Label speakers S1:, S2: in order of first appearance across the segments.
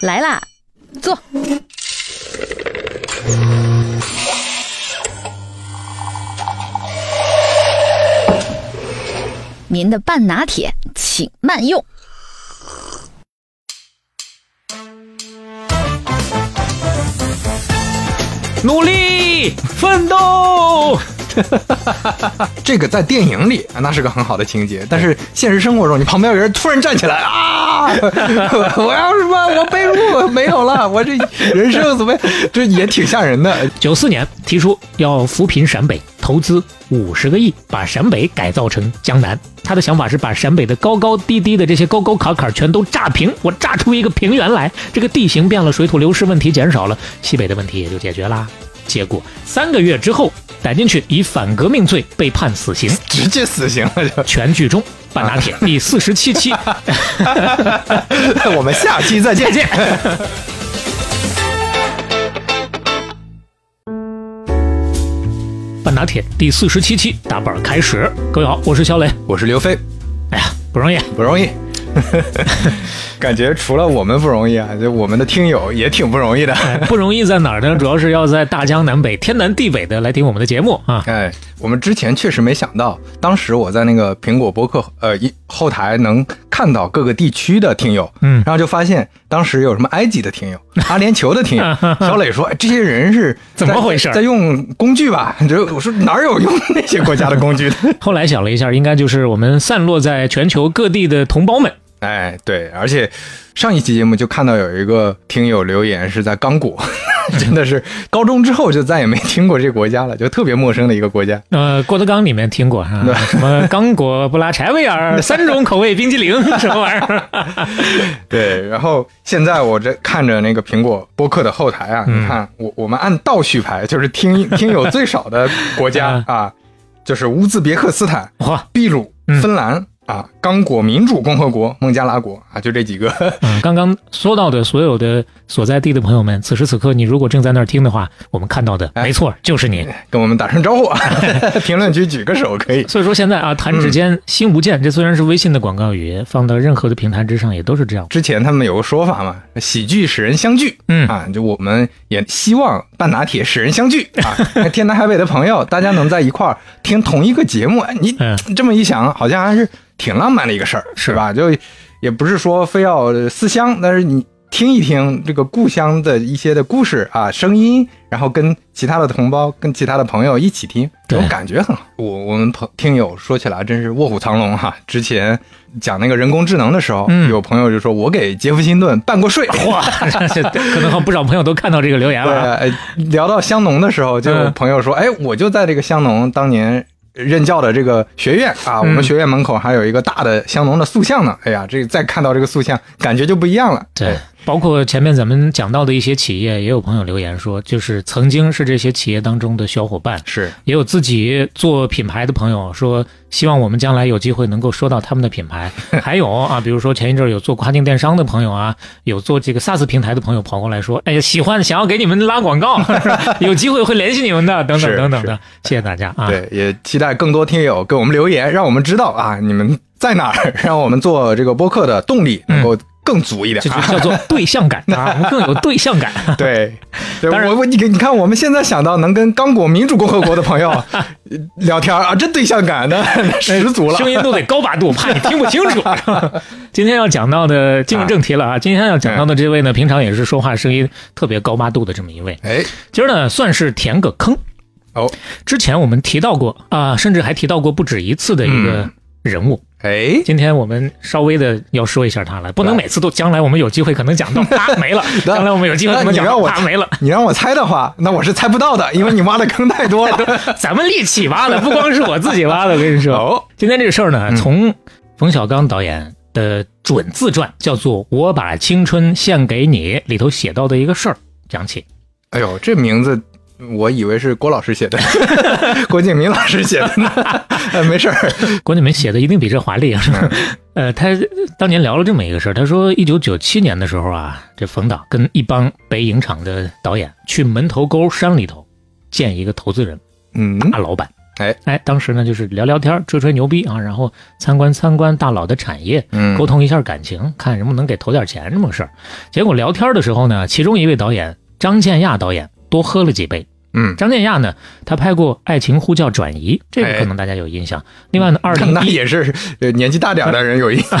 S1: 来啦，坐。您的半拿铁，请慢用。
S2: 努力奋斗。
S3: 这个在电影里那是个很好的情节，但是现实生活中，你旁边有人突然站起来啊， 我要什么？我被褥没有了，我这人生怎么这也挺吓人的。
S2: 九四年提出要扶贫陕北，投资五十个亿，把陕北改造成江南。他的想法是把陕北的高高低低的这些沟沟坎坎全都炸平，我炸出一个平原来，这个地形变了，水土流失问题减少了，西北的问题也就解决啦。结果三个月之后逮进去，以反革命罪被判死刑。
S3: 直接死刑了 就。
S2: 全剧终，半拿铁第四十七期。
S3: 我们下期再见。
S2: 再见。半拿铁第四十七期打板开始，各位好，我是小磊。
S3: 我是刘飞，
S2: 哎呀，不容易，
S3: 不容易。 感觉除了我们不容易啊，就我们的听友也挺不容易的。
S2: 不容易在哪儿呢？主要是要在大江南北、天南地北的来听我们的节目啊。
S3: 哎，我们之前确实没想到，当时我在那个苹果播客呃一后台能看到各个地区的听友，
S2: 嗯，
S3: 然后就发现当时有什么埃及的听友、阿联酋的听友 小磊说、哎这些人是
S2: 怎么
S3: 在
S2: 回事
S3: 在用工具吧？这我说哪有用那些国家的工具 的？
S2: 后来想了一下，应该就是我们散落在全球各地的同胞们。
S3: 哎，对，而且上一期节目就看到有一个听友留言是在刚果， 真的是高中之后就再也没听过这国家了，就特别陌生的一个国家。
S2: 呃，郭德纲里面听过啊，什么刚果布拉柴维尔三种口味冰激凌什么玩意儿。
S3: 对，然后现在我这看着那个苹果播客的后台啊，你看我我们按倒序排，就是听听友最少的国家啊，就是乌兹别克斯坦、
S2: 哇，
S3: 秘鲁、
S2: 嗯
S3: 芬兰啊、刚果民主共和国、孟加拉国啊，就这几个。
S2: 嗯，刚刚说到的所有的所在地的朋友们，此时此刻你如果正在那儿听的话，我们看到的没错就是你。
S3: 跟我们打声招呼啊， 评论区举个手可以。
S2: 所以说现在啊，弹指间心无剑，这虽然是微信的广告语，放到任何的平台之上也都是这样。
S3: 之前他们有个说法嘛，喜剧使人相聚，
S2: 嗯
S3: 啊，就我们也希望半拿铁使人相聚啊，那天南海北的朋友，大家能在一块儿听同一个节目，哎，你
S2: 嗯
S3: 这么一想，好像还是挺浪漫的一个事儿，是吧？就也不是说非要呃思乡，但是你听一听这个故乡的一些的故事啊，声音，然后跟其他的同胞、跟其他的朋友一起听，这种
S2: 对
S3: 感觉很好。我我们朋听友说起来真是卧虎藏龙哈、之前讲那个人工智能的时候，
S2: 嗯
S3: 有朋友就说我给杰夫辛顿办过税，
S2: 哇，这可能不少朋友都看到这个留言
S3: 对，
S2: 了 啊。
S3: 呃聊到香农的时候，就有
S2: 嗯
S3: 朋友说，哎，我就在这个香农当年。任教的这个学院啊，我
S2: 嗯
S3: 们学院门口还有一个大的香农的塑像呢。哎呀，这再看到这个塑像，感觉就不一样了。哎
S2: 对，包括前面咱们讲到的一些企业，也有朋友留言说，就是曾经是这些企业当中的小伙伴，
S3: 是
S2: 也有自己做品牌的朋友说，希望我们将来有机会能够说到他们的品 牌。还有啊，比如说前一阵儿有做跨境电商的朋友啊，有做这个 SaaS 平台的朋友跑过来说，哎呀，喜欢想要给你们拉广告， 是吧有机会会联系你们的，等等
S3: 是
S2: 等等的，谢谢大家啊。
S3: 对，也期待更多听友给我们留言，让我们知道啊，你们在哪儿， 让我们做这个播客的动力
S2: 嗯
S3: 能够更足一点
S2: 这就
S3: 啊。
S2: 叫 做对象感啊，我们更有对象感。
S3: 对，对
S2: 当然
S3: 我我你你看，我们现在想到能跟刚果民主共和国的朋友 呃聊天啊，这对象感呢十足了。
S2: 声音都得高八度，怕你听不清 楚。 今天要讲到的进入正题了啊！今天要讲到
S3: 嗯
S2: 的这位呢，平常也是说话声音特别高八度的这么一位，
S3: 哎，
S2: 今儿呢算是填个坑。
S3: 哦，
S2: 之前我们提到过啊、甚至还提到过不止一次的一
S3: 嗯
S2: 个人物。
S3: 哎，
S2: 今天我们稍微的要说一下他了，不能每次都将来我们有机会可能 讲到他没了，
S3: 那
S2: 将来我们有机会可能讲
S3: 那你
S2: 到
S3: 让我
S2: 他没了，
S3: 你让我猜的话，那我是猜不到的，因为你挖的坑太多了。
S2: 咱们一起挖的，不光是我自己挖的，我跟你说。
S3: 哦，
S2: 今天这事儿呢，从冯小刚导演的准自传叫做《我把青春献给你》里头写到的一个事儿讲起。
S3: 哎呦，这名字我以为是郭老师写的， 郭敬明老师写 的呢。呃，没事儿，
S2: 关键没写的一定比这华丽啊！是
S3: 嗯
S2: 吧？ 呃，他当年聊了这么一个事儿，他说一九九七年的时候啊，这冯导跟一帮北影厂的导演去门头沟山里头见一个投资人
S3: 嗯
S2: 大老板，
S3: 哎
S2: 哎，当时呢就是聊聊天儿，吹吹牛逼啊，然后参观参观大佬的产业，
S3: 嗯
S2: 沟通一下感情，看能不能给投点钱这么个事儿。结果聊天的时候呢，其中一位导演张建亚导演多喝了几杯。
S3: 嗯，
S2: 张建亚呢，他拍过《爱情呼叫转移》，这个
S3: 哎嗯
S2: 可能大家有印象。另外呢，二零
S3: 那
S2: 一
S3: 也是呃年纪大点儿的人有意思。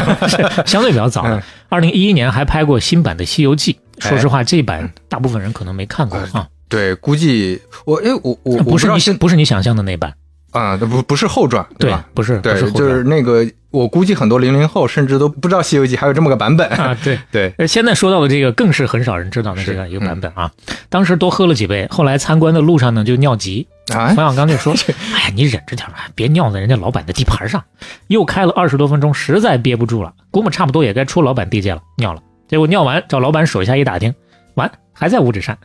S2: 相对比较早
S3: 嗯，
S2: 二零一一年还拍过新版的《西游记》。
S3: 哎
S2: 说实话，这版大部分人可能没看过啊，
S3: 对，估计我哎我我我
S2: 不
S3: 知
S2: 是
S3: 道
S2: 你
S3: 现
S2: 不是你想象的那版，
S3: 啊，那不不是后传
S2: 对
S3: 吧？，
S2: 不是不
S3: 对
S2: 是，后
S3: 就是
S2: 传
S3: 那个，我估计很多零零后甚至都不知道《西游记》还有这么个版本。
S2: 啊，对。
S3: 对，
S2: 呃，现在说到的这个更是很少人知道的这个
S3: 是嗯
S2: 一个版本啊。当时多喝了几杯，后来参观的路上呢就尿急，
S3: 啊
S2: 冯，小刚就 说：“哎呀，你忍着点儿吧，别尿在人家老板的地盘上。”又开了二十多分钟，实在憋不住了，估摸差不多也该出老板地界了，尿了。结果尿完，找老板手下一打听，完还在五指山，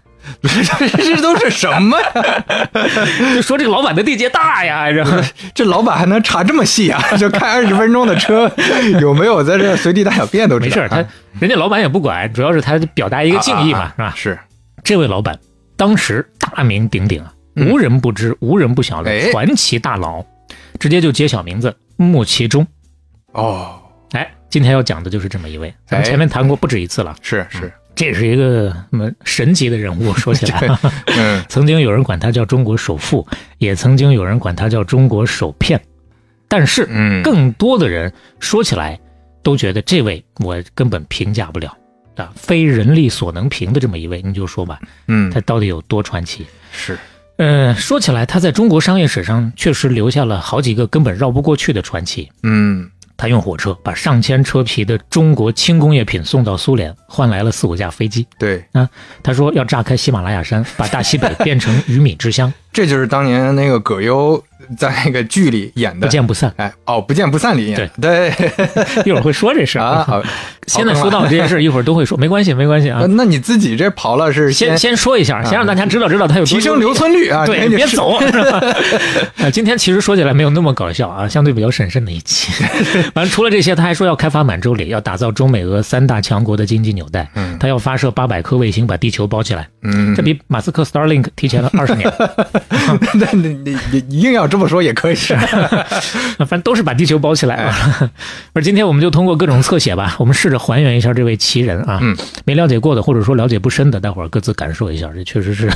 S3: 这 都是什么呀？
S2: 就说这个老板的地界大呀，然后
S3: 这老板还能查这么细啊？ 就看二十分钟的车 有没有在这随地大小便都知
S2: 没
S3: 道。
S2: 事儿，他
S3: 啊
S2: 人家老板也不管，主要是他表达一个敬意嘛，
S3: 啊
S2: 是吧？
S3: 是
S2: 这位老板当时大名鼎鼎啊，
S3: 嗯
S2: 无人不知、无人不晓的
S3: 哎
S2: 传奇大佬，直接就揭晓名字穆其中。
S3: 哦，
S2: 哎，今天要讲的就是这么一位，咱们
S3: 哎
S2: 前面谈过不止一次了，
S3: 是是，
S2: 这是一个什么神级的人物，说起 来啊。
S3: 嗯，
S2: 曾经有人管他叫中国首富，也曾经有人管他叫中国首骗，但是
S3: 嗯
S2: 更多的人说起来都觉得这位我根本评价不了啊，非人力所能评的这么一位，你就说吧，
S3: 嗯
S2: 他到底有多传奇？
S3: 是
S2: 呃，说起来，他在中国商业史上确实留下了好几个根本绕不过去的传奇。
S3: 嗯
S2: 他用火车把上千车皮的中国轻工业品送到苏联，换来了四五架飞机。
S3: 对，
S2: 啊，他说要炸开喜马拉雅山，把大西北变成鱼米之乡，
S3: 这就是当年那个葛优在 那个剧里演
S2: 不
S3: 的。
S2: 见不散。
S3: 哎哦，不见不散里演的对
S2: 一会儿会说这事儿
S3: 啊， 好，
S2: 现在说到这件事，一会儿都会说，没关系，没关系啊
S3: 呃。那你自己这刨了是
S2: 先先说一下，先让大家知道知道他有多
S3: 啊提升留存率啊，
S2: 对，
S3: 赶紧
S2: 别
S3: 是
S2: 走，是吧？啊，今天其实说起来没有那么搞笑啊，相对比较审慎的一 期。完，除了这些，他还说要开发满洲里，要打造中美俄三大强国的经济纽带。
S3: 嗯
S2: 他要发射八百颗卫星，把地球包起来。
S3: 嗯
S2: 这比马斯克 Starlink 提前了二十年，
S3: 那你你你硬要这么说也可以，
S2: 反正都是把地球包起来啊。 而今天我们就通过各种侧写吧，我们试着还原一下这位奇人啊。
S3: 嗯，
S2: 没了解过的，或者说了解不深的，待会儿各自感受一下。这确实是，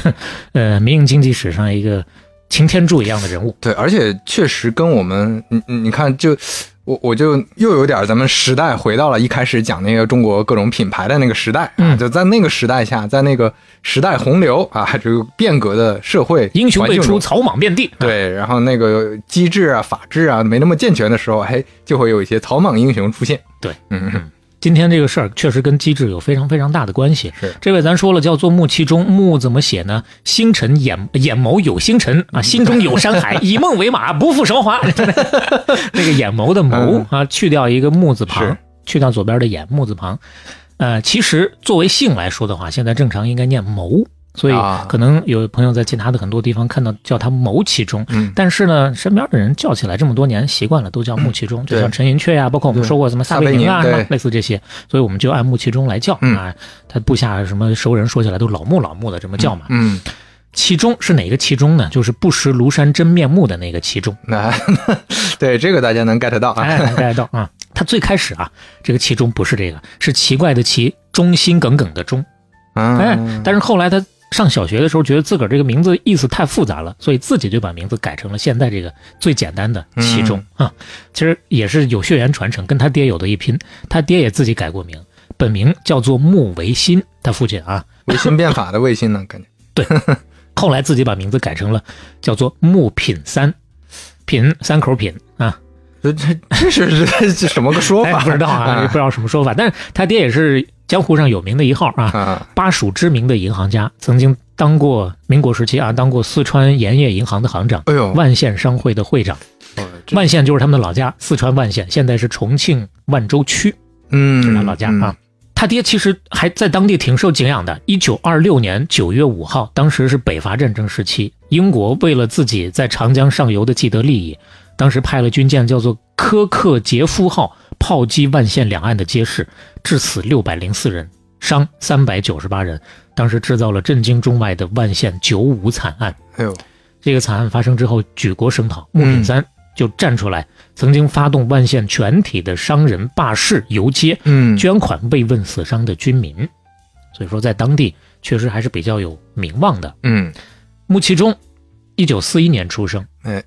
S2: 呃，民营经济史上一个擎天柱一样的人物。
S3: 对，而且确实跟我们，你你你看就。我我就又有点咱们时代回到了一开始讲那个中国各种品牌的那个时代啊，
S2: 嗯
S3: 就在那个时代下，在那个时代洪流啊，这个变革的社会
S2: 英雄
S3: 环
S2: 辈
S3: 境
S2: 出，
S3: 中
S2: 草莽遍地。
S3: 对，然后那个机制啊、法制啊没那么健全的时候，哎，就会有一些草莽英雄出现。
S2: 对，
S3: 嗯，
S2: 今天这个事儿确实跟机制有非常非常大的关系。
S3: 是
S2: 这位咱说了叫做木其中，木怎么写呢？星辰眼眼眸有星辰
S3: 嗯
S2: 啊，心中有山 海，以梦为马，不负 韶华。那个眼眸的眸啊，去掉一个木字旁
S3: 嗯是，
S2: 去掉左边的眼木字旁。呃，其实作为姓来说的话，现在正常应该念谋，所以
S3: 啊
S2: 可能有朋友在其他的很多地方看到叫他谋其中，
S3: 嗯
S2: 但是呢，身边的人叫起来这么多年习惯了，都叫穆其中，就像
S3: 嗯对
S2: 陈寅恪呀，包括我们说过什么
S3: 撒
S2: 撒贝
S3: 贝
S2: 宁
S3: 宁
S2: 啊，
S3: 对
S2: 是吧类似这些，所以我们就按穆其中来叫
S3: 嗯
S2: 啊。他部下什么熟人说起来都老穆老穆的这么叫嘛。
S3: 嗯，
S2: 其中是哪个其中呢？就是不识庐山真面目的那个其中。
S3: 那 对这个大家能 get 到啊，
S2: 哎，能 get 到啊。他最开始啊，这个其中不是这个，是奇怪的奇，忠心耿耿的忠。哎
S3: 嗯，，
S2: 但是后来他上小学的时候，觉得自个儿这个名字意思太复杂了，所以自己就把名字改成了现在这个最简单的其中
S3: 嗯
S2: 啊。其实也是有血缘传承，跟他爹有的一拼。他爹也自己改过名，本名叫做穆维新，他父亲啊，
S3: 维新变法的维新呢，感觉
S2: 后来自己把名字改成了叫做穆品三，品三口品啊。
S3: 这这这是这这什么个说
S2: 哎，
S3: 法？
S2: 不知道 啊，也不知道什么说法，但是他爹也是江湖上有名的一号啊。
S3: 啊，
S2: 巴蜀知名的银行家，曾经当过民国时期啊，当过四川盐业银行的行长，
S3: 哎呦，
S2: 万县商会的会长，
S3: 哦这
S2: 万县就是他们的老家，四川万县，现在是重庆万州区，
S3: 嗯，
S2: 是他老家啊
S3: 嗯。。
S2: 他爹其实还在当地挺受敬仰的。一九二六年九月五号，当时是北伐战争时期，英国为了自己在长江上游的既得利益，当时派了军舰叫做科克杰夫号炮击万县两岸的街市，致死六百零四人，伤三百九十八人，当时制造了震惊中外的万县九五惨案。
S3: 哎呦，
S2: 这个惨案发生之后，举国声讨，穆炳三就站出来，曾经发动万县全体的商人罢市游街，
S3: 嗯，
S2: 捐款慰问死伤的军民。所以说，在当地确实还是比较有名望的。
S3: 嗯
S2: 穆其中，一九四一年出生，
S3: 哎，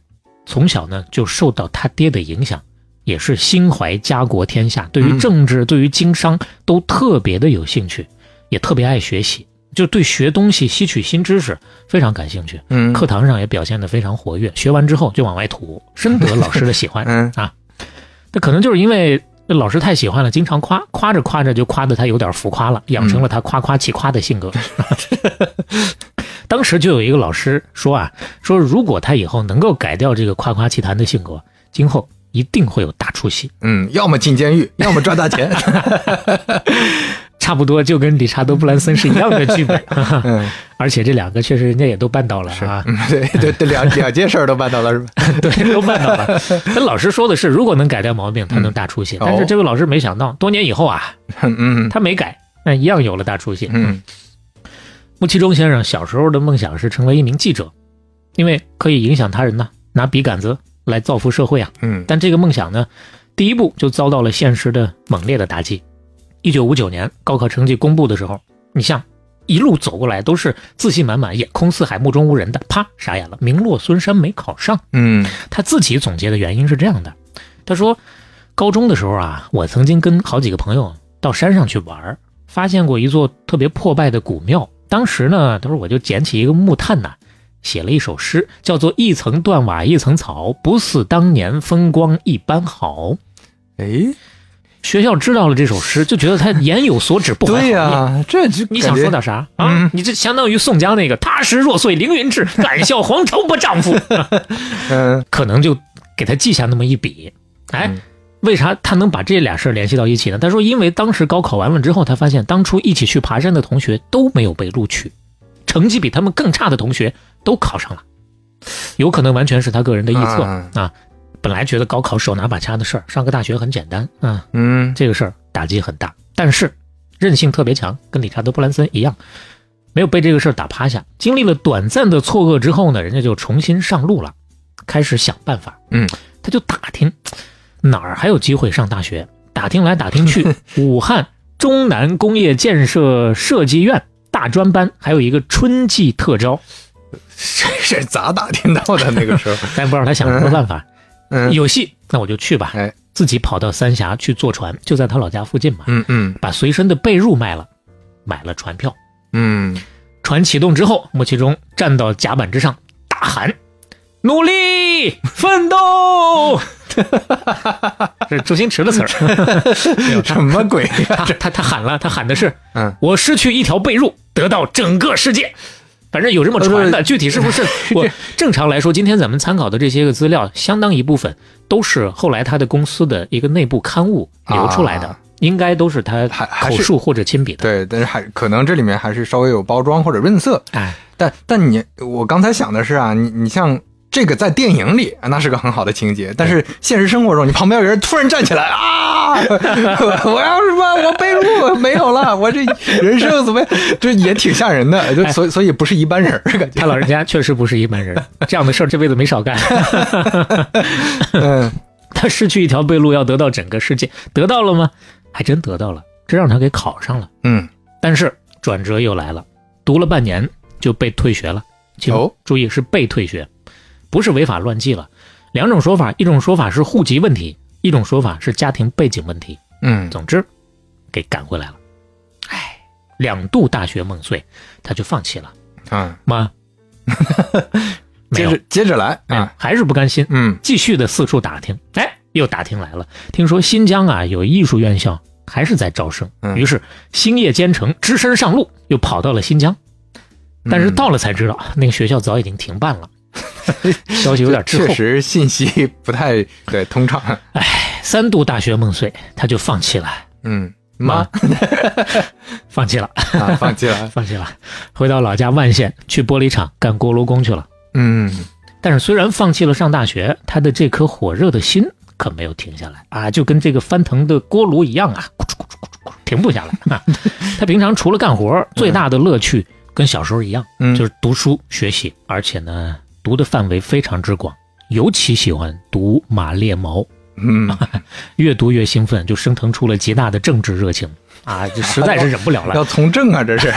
S2: 从小呢就受到他爹的影响，也是心怀家国天下，对于
S3: 嗯
S2: 政治、对于经商都特别的有兴趣，也特别爱学习，就对学东西、吸取新知识非常感兴趣。
S3: 嗯，
S2: 课堂上也表现得非常活跃，学完之后就往外吐，深得老师的喜 欢。
S3: 嗯
S2: 那可能就是因为老师太喜欢了，经常夸，夸着夸着就夸得他有点浮夸了，养
S3: 嗯
S2: 成了他夸夸其夸的性格。 当时就有一个老师说啊，说如果他以后能够改掉这个夸夸其谈的性格，今后一定会有大出息。
S3: 嗯，要么进监狱，要么赚 大钱。
S2: 差不多就跟理查德·布兰森是一样的剧本，
S3: 嗯，
S2: 而且这两个确实人家也都办到了啊。
S3: 嗯对对对，两两件事儿都办到了，是吧？
S2: 对，都办到了。那老师说的是，如果能改掉毛病，他能大出息。
S3: 嗯
S2: 但是
S3: 哦
S2: 这位老师没想到，多年以后啊，
S3: 嗯
S2: 他没改，但一样有了大出息。
S3: 嗯
S2: 穆其中先生小时候的梦想是成为一名记者，因为可以影响他人呐、拿笔杆子来造福社会啊。
S3: 嗯
S2: 但这个梦想呢，第一步就遭到了现实的猛烈的打击。一九五九年高考成绩公布的时候，你像一路走过来都是自信满满、眼空四海、目中无人的，啪，傻眼了，名落孙山没考上。
S3: 嗯
S2: 他自己总结的原因是这样的，他说，高中的时候啊，我曾经跟好几个朋友到山上去玩儿，发现过一座特别破败的古庙。当时呢，他说我就捡起一个木炭呐、写了一首诗，叫做“一层断瓦一层草，不似当年风光一般好”。
S3: 嗯，哎，
S2: 学校知道了这首 诗，就觉得他言有所指，不怀好意
S3: 对呀，这就
S2: 你
S3: 感
S2: 想
S3: 觉
S2: 说点啥啊？
S3: 嗯
S2: 你这相当于宋江那个“踏实若碎凌云 志，敢笑黄巢不丈夫”。
S3: 嗯
S2: 可能就给他记下那么一笔。哎，
S3: 嗯
S2: 为啥他能把这俩事儿联系到一起呢？他说，因为当时高考完了之后，他发现当初一起去爬山的同学都没有被录取，成绩比他们更差的同学都考上了，有可能完全是他个人的臆测
S3: 啊
S2: 啊本来觉得高考手拿把掐的事儿，上个大学很简单啊，
S3: 嗯
S2: 这个事儿打击很大，但是韧性特别强，跟理查德·布兰森一样，没有被这个事儿打趴下。经历了短暂的错愕之后呢，人家就重新上路了，开始想办法。
S3: 嗯，
S2: 他就打听哪儿还有机会上大学，嗯打听来打听去， 武汉中南工业建设设计院大专班还有一个春季特招，
S3: 这是咋打听到的？那个时候，
S2: 咱不知道他想什么办法，
S3: 嗯
S2: 有戏那我就去吧
S3: 哎，
S2: 自己跑到三峡去坐船，就在他老家附近嘛。
S3: 嗯嗯
S2: 把随身的被褥卖了，买了船票。
S3: 嗯，
S2: 船启动之后，穆其中站到甲板之上，大喊：“努力奋 斗！”这是周星驰的词儿。没有
S3: 什
S2: 他
S3: 么鬼？
S2: 他他他喊了，他喊的是：“
S3: 嗯
S2: 我失去一条被褥，得到整个世界。”反正有这么传的，具体呃是不 是我正常来说，今天咱们参考的这些个资料，相当一部分都是后来他的公司的一个内部刊物流出来的，
S3: 啊
S2: 应该都是他
S3: 还还
S2: 口
S3: 是
S2: 述或者亲笔的。
S3: 对，但是还可能这里面还是稍微有包装或者润色，
S2: 哎，
S3: 但但你我刚才想的是啊，你你像这个在电影里啊那是个很好的情节，但是现实生活中，你旁边有人突然站起来啊， 我我要什么？我被褥没有了，我这人生怎么样？这也挺吓人的，
S2: 哎
S3: 就所以所以不是一般人儿感 觉。
S2: 他老人家确实不是一般人，这样的事儿这辈子没少干。
S3: 嗯
S2: 他失去一条被路，要得到整个世界，得到了吗？还真得到了，这让他给考上了。
S3: 嗯
S2: 但是转折又来了，读了半年就被退学了。请
S3: 哦
S2: 注意是被退学，不是违法乱纪了。两种说法，一种说法是户籍问题，一种说法是家庭背景问题。
S3: 嗯
S2: 总之，给赶回来了。哎，两度大学梦碎，他就放弃了
S3: 啊，
S2: 吗？没
S3: 接
S2: 有
S3: 着，接着来
S2: 哎
S3: 啊，
S2: 还是不甘心。
S3: 嗯
S2: 继续的四处打听，哎，又打听来了，听说新疆啊有艺术院校还是在招生，
S3: 嗯
S2: 于是星夜兼程，只身上路，又跑到了新疆。
S3: 嗯
S2: 但是到了才知道，那个学校早已经停 办了，消息有点滞后
S3: 确。实信息不太对通畅。
S2: 三度大学梦碎，他就放弃了，
S3: 嗯，妈
S2: 放弃了，
S3: 啊，放 弃了。
S2: 放弃了，回到老家万县去玻璃厂干锅炉工去了。
S3: 嗯
S2: 但是虽然放弃了上大学，他的这颗火热的心可没有停下来啊，就跟这个翻腾的锅炉一样啊，咕噜咕噜咕噜咕噜停不下 来、啊。他平常除了干活，最大的乐趣跟小时候一样，
S3: 嗯，
S2: 就是读书学习，而且呢读的范围非常之广，尤其喜欢读马列毛，
S3: 嗯，
S2: 越读越兴奋，就升腾出了极大的政治热情啊，就实在是忍不了 了。
S3: 要从政啊， 这是，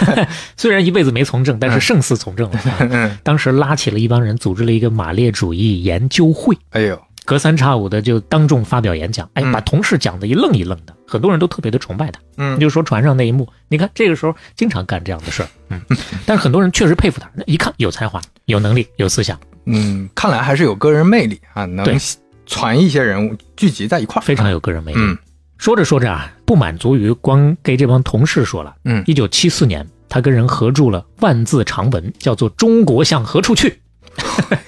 S2: 虽然一辈子没从政，但是胜似从政了。
S3: 嗯，
S2: 当时拉起了一帮人，组织了一个马列主义研究会，
S3: 哎呦，
S2: 隔三差五的就当众发表演讲，哎，
S3: 嗯
S2: 把同事讲的一愣一愣的，很多人都特别的崇拜他。
S3: 嗯
S2: 你就说船上那一幕，你看这个时候经常干这样的事儿，嗯，但是很多人确实佩服他，那一看有才华、有能力、有思想，
S3: 嗯，看来还是有个人魅力啊，能
S2: 对
S3: 攒一些人物聚集在一块儿，
S2: 非常有个人魅力。
S3: 嗯
S2: 说着说着啊，不满足于光给这帮同事说了，
S3: 嗯
S2: 一九七四年他跟人合著了万字长文，叫做《中国向何处去》。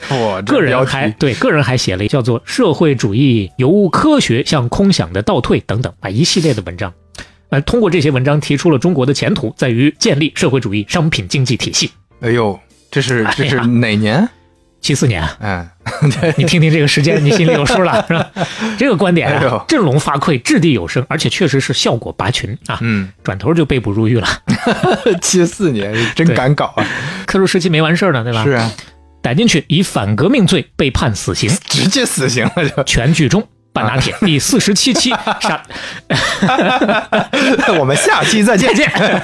S3: 我这
S2: 个人
S3: 标题
S2: 还对个人还写了叫做《社会主义由科学向空想的倒退》等等啊一系列的文章。呃，通过这些文章提出了中国的前途在于建立社会主义商品经济体系。
S3: 哎呦，这是这是
S2: 哎呀
S3: 哪年？
S2: 七四年啊，
S3: 哎，
S2: 你听听这个时间，你心里有数 了是吧？这个观点
S3: 哎
S2: 啊
S3: 呦，
S2: 振聋发聩，掷地有声，而且确实是效果拔群啊。
S3: 嗯，
S2: 转头就被捕入狱了。
S3: 七四年真
S2: 对
S3: 敢搞啊！
S2: 特殊时期没完事儿呢，对吧？
S3: 是啊，
S2: 逮进去以反革命罪被判死刑，
S3: 直接死刑了就。
S2: 全剧终。半拿 铁第四十七期杀
S3: 我们下期再 见
S2: 再。见。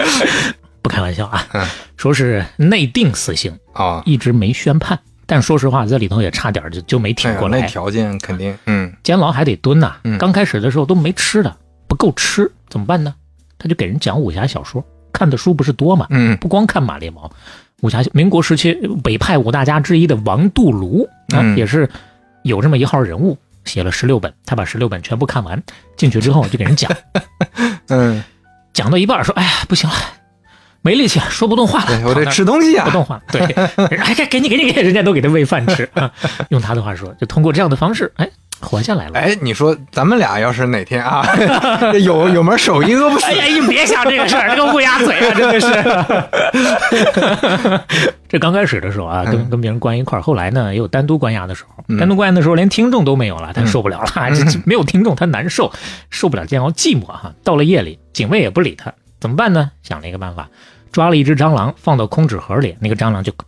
S2: 不开玩笑啊
S3: 嗯，
S2: 说是内定死刑，
S3: 啊，
S2: 一直没宣判。但说实话，这里头也差点就就没挺
S3: 哎呀
S2: 过
S3: 那
S2: 来，
S3: 条件肯定，嗯
S2: 监牢还得蹲呐、
S3: 嗯
S2: 刚开始的时候都没吃的，不够吃怎么办呢？他就给人讲武侠小说，看的书不是多嘛，
S3: 嗯
S2: 不光看马列毛，武侠民国时期北派五大家之一的王杜庐啊，
S3: 嗯
S2: 也是有这么一号人物，写了十六本，他把十六本全部看完，进去之后就给 人讲，
S3: 嗯，
S2: 讲到一半儿说，哎呀，不行了，没力气了，说不动话
S3: 对
S2: 了，
S3: 我得
S2: 躺那儿
S3: 吃东西啊
S2: 不。动话，对， 哎，给给你给你给，人家都给他喂饭吃啊。用他的话说，就通过这样的方式，哎，活下来了。
S3: 哎，你说咱们俩要是哪天啊， 有有门手艺饿不死
S2: 哎，呀，你别想这个事儿，这个乌鸦嘴啊，真的是。 这刚开始的时候啊，跟跟别人关一块儿，后来呢也有单独关押的时候，单独关押的时候连听众都没有了，他受不了了，这这没有听众他难受，受不了煎熬寂寞哈、到了夜里，警卫也不理他，怎么办呢？想了一个办法，抓了一只蟑螂放到空纸盒里，那个蟑螂就。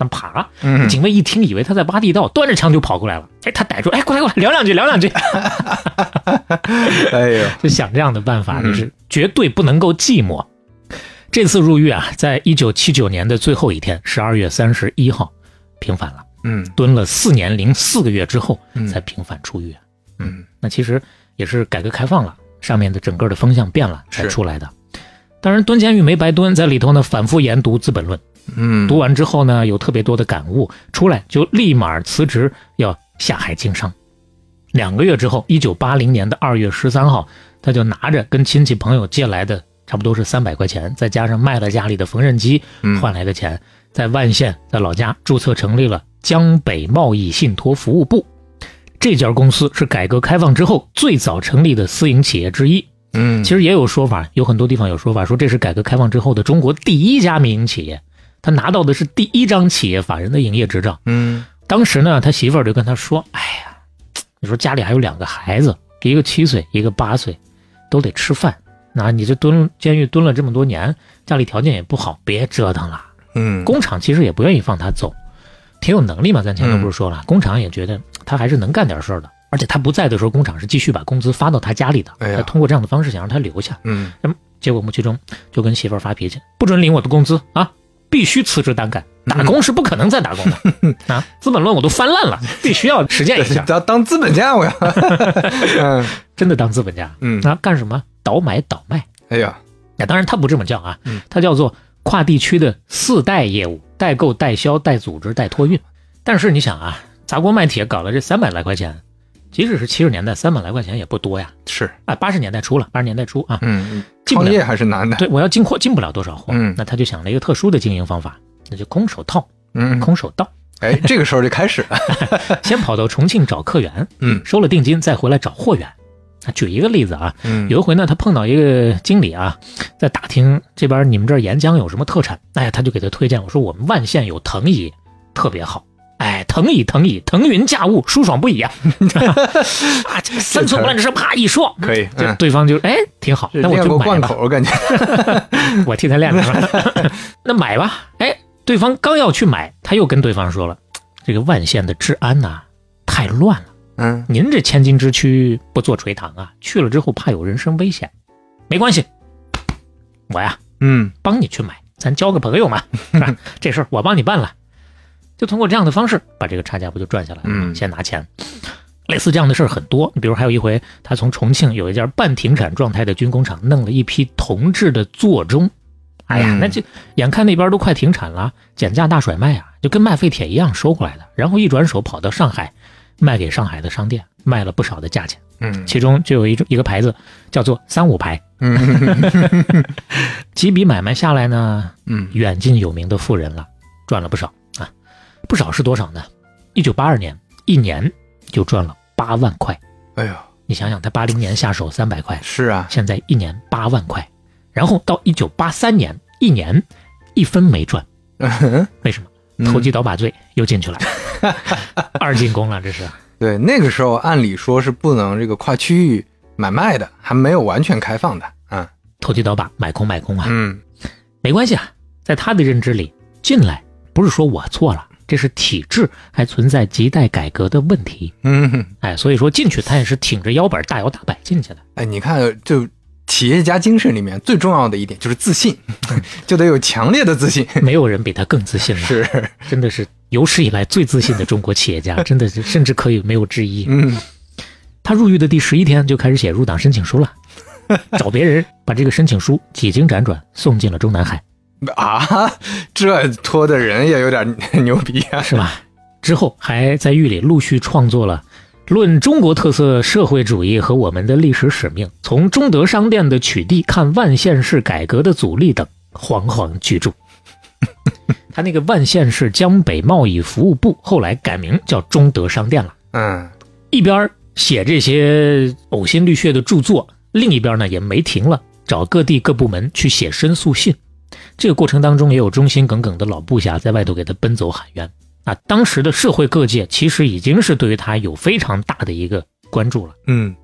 S2: 它爬，
S3: 嗯
S2: 警卫一听以为他在挖地道，端着枪就跑过来了。哎，他逮住，哎，过来过来，聊两句，聊两句。
S3: 哎呦，
S2: 就想这样的办法，就是绝对不能够寂寞。这次入狱啊，在一九七九年的最后一天，十二月三十一号，平反了，
S3: 嗯
S2: 蹲了四年零四个月之后
S3: 嗯
S2: 才平反出狱。啊
S3: 嗯，
S2: 那其实也是改革开放了，上面的整个的风向变了才
S3: 是
S2: 出来的。当然，蹲监狱没白蹲，在里头呢反复研读《资本论》，
S3: 嗯，
S2: 读完之后呢有特别多的感悟，出来就立马辞职，要下海经商。两个月之后，一九八零年的二月十三号，他就拿着跟亲戚朋友借来的差不多是三百块钱，再加上卖了家里的缝纫机
S3: 嗯
S2: 换来的钱，在万县在老家注册成立了江北贸易信托服务部。这家公司是改革开放之后最早成立的私营企业之一。
S3: 嗯，
S2: 其实也有说法，有很多地方有说法说这是改革开放之后的中国第一家民营企业，他拿到的是第一张企业法人的营业执照。
S3: 嗯
S2: 当时呢，他媳妇儿就跟他说：“哎呀，你说家里还有两个孩子，一个七岁，一个八岁，都得吃饭。那你这蹲监狱蹲了这么多年，家里条件也不好，别折腾了。
S3: 嗯，
S2: 工厂其实也不愿意放他走，挺有能力嘛。咱前面不是说
S3: 嗯
S2: 了，工厂也觉得他还是能干点事儿的。”而且他不在的时候，工厂是继续把工资发到他家里的。
S3: 哎呀
S2: 他通过这样的方式想让他留下。
S3: 嗯
S2: 结果穆其中就跟媳妇儿发脾气，不准领我的工资啊，必须辞职单干，打工是不可能再打工的啊！资本论我都翻烂了，必须要实践一下，
S3: 当当资本 家我要，嗯
S2: 真的当资本家
S3: 嗯，
S2: 啊，干什么倒买倒卖？
S3: 哎呀，
S2: 那、当然他不这么叫啊
S3: 嗯，
S2: 他叫做跨地区的四代业务：代购、代销、代组织、代托运。但是你想啊，砸锅卖铁搞了这三百来块钱，即使是七十年代三百来块钱也不多呀，
S3: 是，
S2: 啊，八十年代初了，八十年代初啊，
S3: 嗯，
S2: 进不
S3: 创
S2: 了
S3: 业还是难的，
S2: 对，我要进货进不了多少货，
S3: 哎嗯
S2: 那他就想了一个特殊的经营方法，那就空手套、
S3: 嗯，
S2: 空手 道，
S3: 哎，这个时候就开始了，
S2: 先跑到重庆找客源，
S3: 嗯
S2: 收了定金再回来找货源。啊，举一个例子啊，
S3: 嗯，
S2: 有一回呢，他碰到一个经理啊，在打听这边你们这儿沿江有什么特产，哎呀，他就给他推荐，我说我们万县有藤椅，特别好。哎，藤椅，藤椅，腾云驾雾，舒爽不 已啊！啊，这个三寸不烂之舌，啪一说，
S3: 可以，
S2: 这
S3: 嗯，
S2: 对方就哎挺好，
S3: 这
S2: 那我
S3: 练
S2: 就
S3: 过
S2: 买
S3: 贯
S2: 吧。
S3: 口，我感觉，
S2: 我替他练的。那买吧，哎，对方刚要去买，他又跟对方说了，这个万县的治安呐、太乱了，
S3: 嗯，
S2: 您这千金之躯不做垂堂啊，去了之后怕有人身危险。没关系，我呀
S3: 嗯
S2: 帮你去买，咱交个朋友 嘛，是吧？这事儿我帮你办了，就通过这样的方式把这个差价不就赚下来了吗？
S3: 嗯
S2: 先拿钱。类似这样的事儿很多，比如还有一回，他从重庆有一家半停产状态的军工厂弄了一批铜制的座钟，哎呀，
S3: 嗯
S2: 那就眼看那边都快停产了，减价大甩卖啊，就跟卖废铁一样收回来的，然后一转手跑到上海，卖给上海的商店，卖了不少的价钱，
S3: 嗯
S2: 其中就有一种一个牌子叫做三五牌，
S3: 嗯
S2: 几笔买卖下来呢，
S3: 嗯
S2: 远近有名的富人了，赚了不少啊，不少是多少呢？一九八二年一年就赚了八万块，
S3: 哎呦，
S2: 你想想，他八零年下手三百块，
S3: 是啊，
S2: 现在一年八万块，然后到一九八三年一年一分没赚，为什么？投机倒把罪又进去了，二进宫了，这是。
S3: 对，那个时候按理说是不能这个跨区域买卖的，还没有完全开放的。啊，
S2: 投机倒把，买空买空啊，
S3: 嗯
S2: 没关系啊，在他的认知里，进来不是说我错了，这是体制还存在亟待改革的问题。
S3: 嗯，
S2: 哎，所以说进去他也是挺着腰板大摇大摆进 去的。
S3: 哎，你看，就企业家精神里面最重要的一点就是自信， 就得有强烈的自信。
S2: 没有人比他更自信了，
S3: 是，
S2: 真的是有史以来最自信的中国企业 家，真的是甚至可以没有之一。
S3: 嗯
S2: 他入狱的第十一天就开始写入党申请 书了，找别人把这个申请书几经辗转送进了中南海，
S3: 啊， 这拖的人也有点牛逼啊。
S2: 是吧？之后还在狱里陆续创作了《论中国特色社会主义和我们的历史使命》《从中德商店的取缔看万县市改革的阻力》等煌煌巨著。 他那个万县市江北贸易服务部后来改名叫中德商店了，
S3: 嗯
S2: 一边儿写这些呕心沥血的著作，另一边呢也没停了，找各地各部门去写申诉信。这个过程当中，也有忠心耿耿的老部下在外头给他奔走喊冤。啊，当时的社会各界其实已经是对于他有非常大的一个关注了。
S3: 嗯，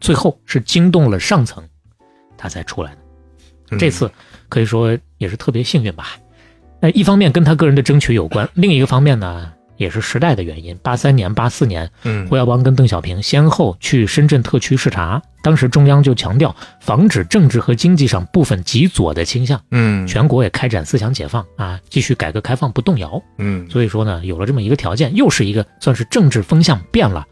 S2: 最后是惊动了上层，他才出来的。
S3: 嗯
S2: 这次可以说也是特别幸运吧。那一方面跟他个人的争取有关，另一个方面呢，也是时代的原因。八三年、八四年，
S3: 嗯
S2: 胡耀邦跟邓小平先后去深圳特区视察，当时中央就强调防止政治和经济上部分极左的倾向，
S3: 嗯
S2: 全国也开展思想解放啊，继续改革开放不动摇。
S3: 嗯
S2: 所以说呢，有了这么一个条件，又是一个算是政治风向变了，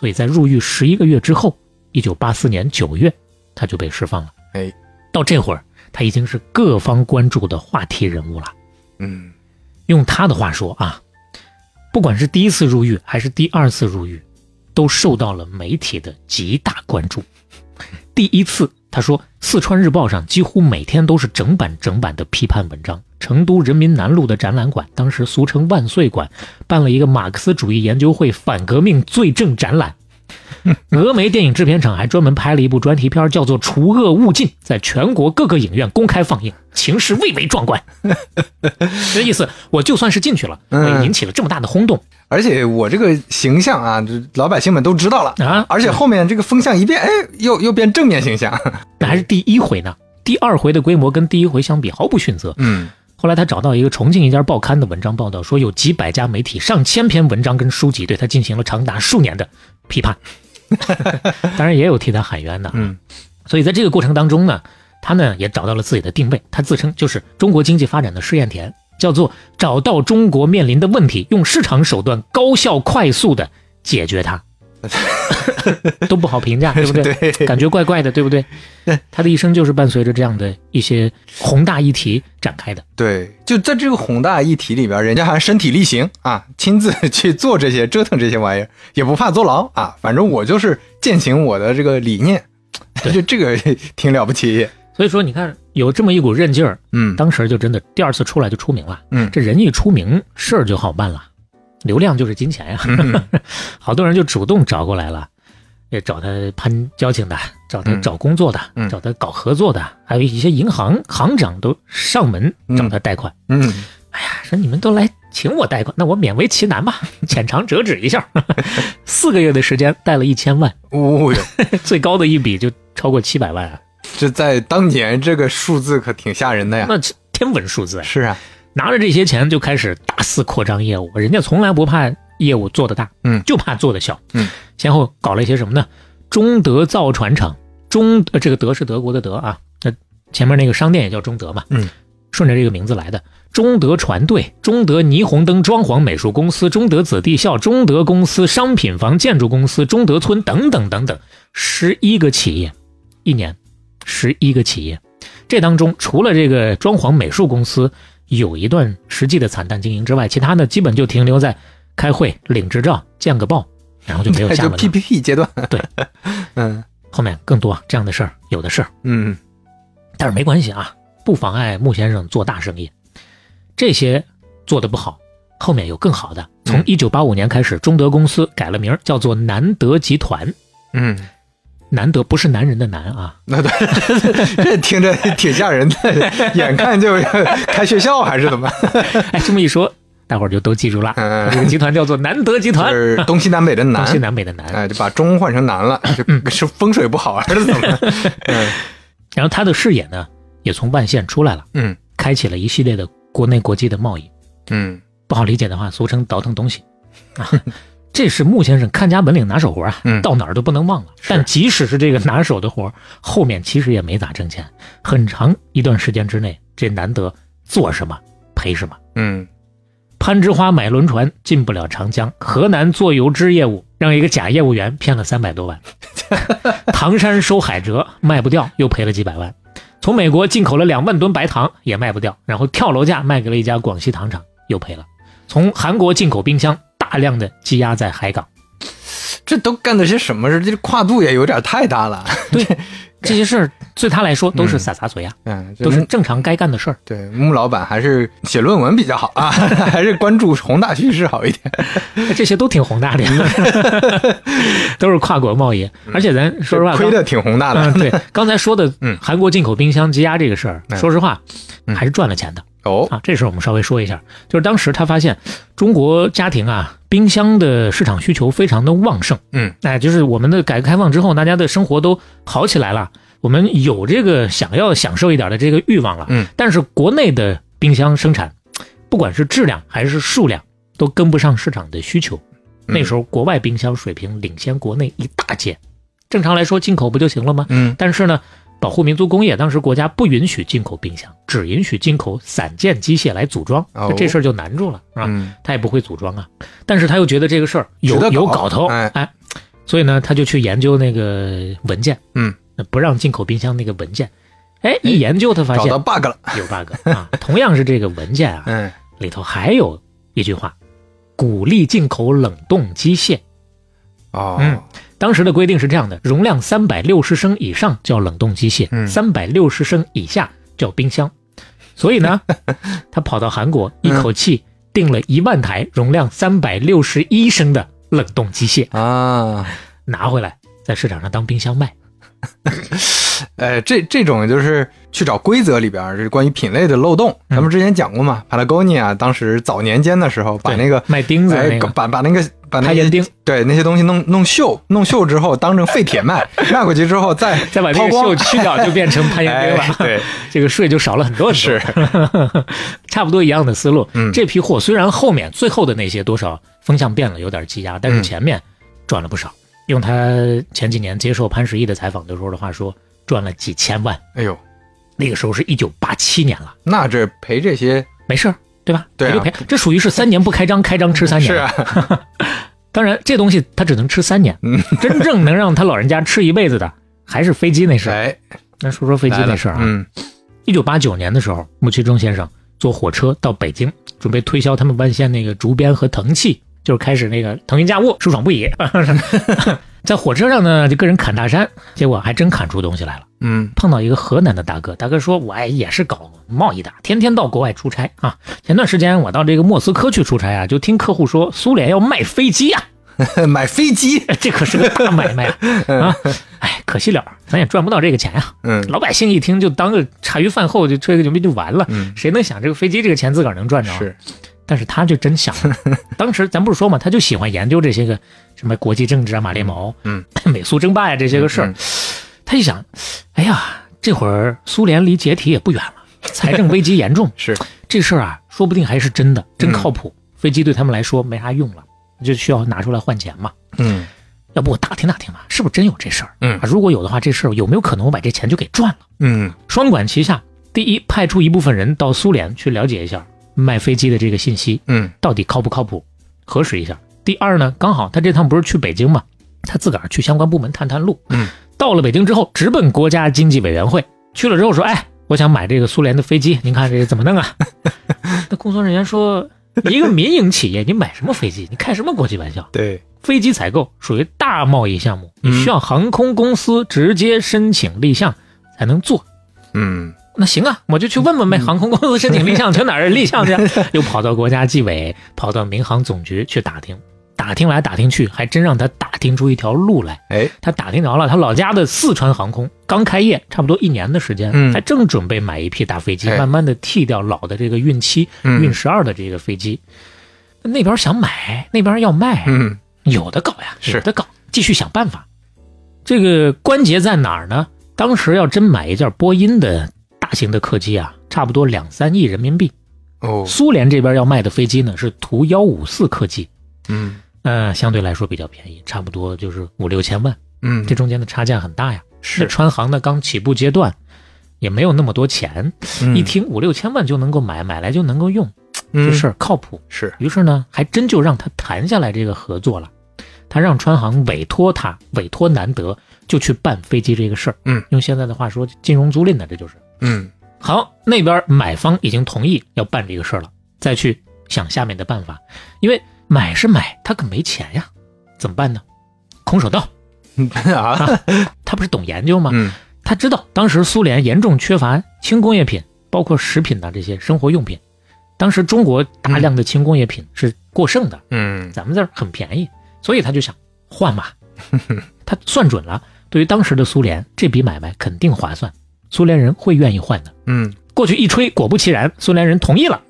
S2: 所以在入狱十一个月之后，一九八四年九月，他就被释放了。
S3: 哎，
S2: 到这会儿，他已经是各方关注的话题人物了。
S3: 嗯
S2: 用他的话说啊，不管是第一次入狱还是第二次入狱，都受到了媒体的极大关注。第一次，他说，《四川日报》上几乎每天都是整版整版的批判文章。成都人民南路的展览馆，当时俗称“万岁馆”，办了一个马克思主义研究会反革命罪证展览。峨眉电影制片厂还专门拍了一部专题片，叫做《除恶务尽》，在全国各个影院公开放映，情势蔚为壮观。这意思，我就算是进去了，我
S3: 嗯
S2: 也引起了这么大的轰动
S3: 而且我这个形象啊，这老百姓们都知道了。
S2: 啊！
S3: 而且后面这个风向一变，哎，又又变正面 形象。
S2: 那还是第一回呢，第二回的规模跟第一回相比毫不逊色。
S3: 嗯
S2: 后来他找到一个重庆一家报刊的文章报道，说有几百家媒体、上千篇文章跟书籍对他进行了长达数年的批 判，当然也有替他喊冤的。
S3: 嗯
S2: 所以在这个过程当中呢，他呢也找到了自己的定位，他自称就是中国经济发展的试验田，叫做找到中国面临的问题，用市场手段高效快速的解决 它，都不好评价，对不对？
S3: 对
S2: 感觉怪怪的，对不对？他的一生就是伴随着这样的一些宏大议题展开的。
S3: 对，就在这个宏大议题里边，人家还身体力行啊，亲自去做这些折腾这些玩意儿，也不怕坐牢啊。反正我就是践行我的这个理念， 就这个 挺了不起。
S2: 所以说，你看有这么一股韧劲儿，
S3: 嗯
S2: 当时就真的第二次出来就出名了。
S3: 嗯
S2: 这人一出名，事儿就好办了，流量就是金钱呀、
S3: 嗯
S2: 好多人就主动找过来了，也找他攀交情的，找他
S3: 嗯
S2: 找工作的，
S3: 嗯
S2: 找他搞合作的，还有一些银行行长都上门找他贷款。
S3: 嗯
S2: 说你们都来请我贷款，那我勉为其难吧， 浅尝辄止一下。 四个月的时间贷了一千万，
S3: 哦哟，
S2: 最高的一笔就超过七百万啊，
S3: 哎这在当年这个数字可挺吓人的呀。
S2: 那是天文数字啊。
S3: 是啊，
S2: 拿着这些钱就开始大肆扩张业务，人家从来不怕业务做得大，
S3: 嗯
S2: 就怕做得小，
S3: 嗯，
S2: 先后搞了一些什么呢？中德造船厂，中呃这个德是德国的德啊，那前面那个商店也叫中德嘛，
S3: 嗯，
S2: 顺着这个名字来的。中德船队、中德霓虹灯装潢美术公司、中德子弟校、中德公司、商品房建筑公司、中德村等等等等，十一个企业，一年，十一个企业，这当中除了这个装潢美术公司有一段实际的惨淡经营之外，其他呢基本就停留在开会、领执照、见个报，然后就没有下
S3: 哎就
S2: 文了。
S3: PPP 阶段，
S2: 对，
S3: 嗯
S2: 后面更多这样的事儿有的是，
S3: 嗯
S2: 但是没关系啊，不妨碍穆先生做大生意。这些做的不好，后面有更好的。从
S3: 嗯
S2: 一九八五年开始，中德公司改了名儿，叫做南德集团。
S3: 嗯，
S2: 南德不是男人的男 啊，
S3: 那对，这听着挺吓人的，眼看就要开学校还是 怎么？
S2: 哎，这么一说，大伙儿就都记住了。
S3: 嗯
S2: 这个集团叫做南德集
S3: 就
S2: 团，
S3: 是东西南北的南
S2: 啊东，西南北的南。
S3: 哎，就把中换成 南了，就是风水不好还是怎么？嗯
S2: 然后他的视野呢，也从万县出来了，
S3: 嗯
S2: 开启了一系列的国内国际的贸易。
S3: 嗯
S2: 不好理解的话，俗称倒腾东 西。啊，这是穆先生看家本领拿手活啊，
S3: 嗯
S2: 到哪儿都不能忘了。
S3: 是
S2: 但即使是这个拿手的活儿，后面其实也没咋挣钱。很长一段时间之内，这难得做什么赔什么。
S3: 嗯
S2: 攀枝花买轮船进不了长江，河南做油脂业务让一个假业务员骗了三百 多万，唐山收海蜇卖不掉又赔了几百万，从美国进口了两万吨白糖也卖不掉，然后跳楼价卖给了一家广西糖厂又赔了，从韩国进口冰箱大量的积压在海港，
S3: 这都干的些什么事？这跨度也有点太大了。
S2: 这些事儿对他来说都是
S3: 嗯
S2: 洒洒水呀、
S3: 嗯，这
S2: 啊都是正常该干的事 儿。
S3: 对穆老板还是写论文比较好啊， 还是关注宏大叙事好一点。
S2: 这些都挺宏 大的，都是跨国贸易，而且咱说实话，
S3: 嗯亏的挺宏大的
S2: 嗯， 对，刚才说的
S3: 嗯
S2: 韩国进口冰箱积压这个事儿，
S3: 嗯
S2: 说实话
S3: 嗯
S2: 还是赚了钱的
S3: 哦。
S2: 啊。这事儿我们稍微说一下，就是当时他发现中国家庭啊，冰箱的市场需求非常的旺盛，
S3: 嗯，
S2: 哎，就是我们的改革开放之后，大家的生活都好起来了，我们有这个想要享受一点的这个欲望了，
S3: 嗯，
S2: 但是国内的冰箱生产，不管是质量还是数量，都跟不上市场的需求。那时
S3: 候
S2: 候国外冰箱水平领先国内一大截，正常来说进口不就行了吗？
S3: 嗯
S2: 但是呢，保护民族工业，当时国家不允许进口冰箱，只允许进口散件机械来组装，
S3: 哦
S2: 那这事儿就难住了，是吧？
S3: 嗯
S2: 他也不会组装啊，但是他又觉得这个事儿有
S3: 值得搞
S2: 有搞头，
S3: 哎
S2: 哎，所以呢，他就去研究那个文件，
S3: 嗯，
S2: 不让进口冰箱那个文件，哎，一研究他发
S3: 找
S2: 现
S3: 到 bug 了。
S2: 有 bug 啊， 同样是这个文件啊，
S3: 嗯，
S2: 里头还有一句话，鼓励进口冷冻机械。
S3: 哦，
S2: 嗯当时的规定是这样的：容量三百六十升以上叫冷冻机械，
S3: 嗯
S2: 三百六十升以下叫冰箱。所以 呢，他跑到韩国，
S3: 嗯
S2: 一口气订了一万台容量三百六十一升的冷冻机械，
S3: 啊，
S2: 拿回来在市场上当冰箱卖。
S3: 呃，这这种就是去找规则里边儿这关于品类的漏洞。
S2: 嗯
S3: 咱们之前讲过嘛，Patagonia 当时早年间的时候，把
S2: 对
S3: 那个
S2: 卖钉子的
S3: 哎
S2: 那，个
S3: 把把那个把那
S2: 排烟
S3: 个
S2: 钉，
S3: 对那些东西弄弄锈，弄锈之后当成废铁 卖，卖过去之后再
S2: 再把这
S3: 抛
S2: 个
S3: 光
S2: 锈去掉，就 变成攀岩钉
S3: 哎
S2: 了。
S3: 对，
S2: 这个税就少了很多很多，
S3: 是
S2: 差不多一样的思路。
S3: 嗯
S2: 这批货虽然后面最后的那些多少风向变了，有点积压，但是
S3: 嗯
S2: 前面赚了不少。用他前几年接受潘石屹的采访的时候的话说，赚了几千万。
S3: 哎呦，
S2: 那个时候是一九八七年了，
S3: 那这赔这些
S2: 没事儿，对吧？
S3: 对
S2: 赔
S3: 啊
S2: 就赔，这属于是三年不开张，开张吃三年。
S3: 是啊，
S2: 当然这东西他只能吃三年，
S3: 嗯
S2: 真正能让他老人家吃一辈子的还是飞机那 事儿。
S3: 哎，
S2: 那说说飞机
S3: 来
S2: 那
S3: 了
S2: 事儿啊，
S3: 嗯
S2: 一九八九年的时候，穆其中先生坐火车到北京，准备推销他们万县那个竹编和藤器，就是开始那个腾云驾雾，舒爽不已。啊在火车上呢，就跟人砍大山，结果还真砍出东西来了。
S3: 嗯
S2: 碰到一个河南的大哥，大哥说：“我哎也是搞贸易的，天天到国外出差啊。前段时间我到这个莫斯科去出差啊，就听客户说苏联要卖飞机啊，
S3: 买飞机，
S2: 这可是个大买卖啊！啊，哎，可惜了，咱也赚不到这个钱啊。
S3: 嗯
S2: 老百姓一听就当个茶余饭后就吹个牛逼就完了，
S3: 嗯
S2: 谁能想这个飞机这个钱自个儿能赚着？啊
S3: 是，
S2: 但是他就真想 了，当时咱不是说嘛，他就喜欢研究这些个什么国际政治啊、马列毛、
S3: 嗯
S2: 美苏争霸呀、这些个事儿。
S3: 嗯，
S2: 他一想，哎呀，这会儿苏联离解体也不远了，财政危机严重
S3: 是
S2: 这事儿啊，说不定还是真的，真
S3: 嗯
S2: 靠谱。飞机对他们来说没啥用了，就需要拿出来换钱嘛。
S3: 嗯
S2: 要不我打听打听吧，是不是真有这事儿？
S3: 嗯
S2: 啊，如果有的话，这事儿有没有可能我把这钱就给赚了？
S3: 嗯
S2: 双管齐下，第一，派出一部分人到苏联去了解一下卖飞机的这个信息
S3: 嗯
S2: 到底靠不靠谱，核实一下。第二呢，刚好他这趟不是去北京嘛，他自个儿去相关部门探探路。
S3: 嗯，
S2: 到了北京之后，直奔国家经济委员会。去了之后说，哎，我想买这个苏联的飞机，您看这个怎么弄 啊？那工作人员说，你一个民营企业，你买什么飞机？你开什么国际玩笑？
S3: 对，
S2: 飞机采购属于大贸易项目，
S3: 嗯
S2: 你需要航空公司直接申请立项才能做。
S3: 嗯
S2: 那行啊，我就去问问呗。航空公司申请立项去哪儿立项去？啊 又跑到国家纪委，跑到民航总局去打听，打听来打听去，还真让他打听出一条路来。
S3: 哎
S2: 他打听着了，他老家的四川航空刚开业，差不多一年的时间，
S3: 嗯
S2: 还正准备买一批大飞机，
S3: 哎
S2: 慢慢的替掉老的这个运七、
S3: 嗯
S2: 运十二的这个飞机。那边想买，那边要卖，
S3: 嗯
S2: 有的搞呀，
S3: 是
S2: 有的搞，继续想办法。这个关节在哪儿呢？当时要真买一架波音的大型的客机啊，差不多两三亿人民币。
S3: 哦
S2: 苏联这边要卖的飞机呢是图幺五四客机，
S3: 嗯
S2: 呃，相对来说比较便宜，差不多就是五六千万，
S3: 嗯
S2: 这中间的差价很大呀。这
S3: 是
S2: 川航呢刚起步阶段，也没有那么多钱，一听五六千万就能够买，买来就能够用，这
S3: 嗯
S2: 事儿靠谱。
S3: 是
S2: 于是呢，还真就让他谈下来这个合作了。他让川航委托他，委托难得，就去办飞机这个事儿。
S3: 嗯，
S2: 用现在的话说，金融租赁呢，这就是。
S3: 嗯
S2: 好，那边买方已经同意要办这个事儿了，再去想下面的办法，因为买是买，他可没钱呀，怎么办呢？空手道，
S3: 啊
S2: 他不是懂研究吗？
S3: 嗯
S2: 他知道当时苏联严重缺乏轻工业品，包括食品呐、这些生活用品。当时中国大量的轻工业品是过剩的，
S3: 嗯
S2: 咱们这儿很便宜，所以他就想换嘛。 他算准了，对于当时的苏联，这笔买卖肯定划算，苏联人会愿意换的。
S3: 嗯
S2: 过去一吹，果不其然，苏联人同意 了，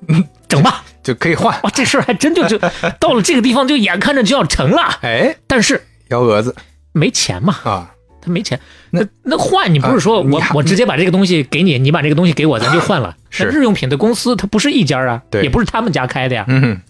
S2: 整吧！
S3: 就可以换
S2: 哇，这事儿还真 就就到了这个地方，就眼看着就要成了。
S3: 哎
S2: 但是
S3: 幺蛾子
S2: 没钱嘛，
S3: 啊
S2: 他没钱。
S3: 那
S2: 那那换你不是说
S3: 啊你
S2: 我、
S3: 还
S2: 我直接把这个东西给你，你把这个东西给我，咱就 换了。
S3: 是
S2: 那日用品的公司它不是一家啊，
S3: 对
S2: 也不是他们家开的呀。
S3: 嗯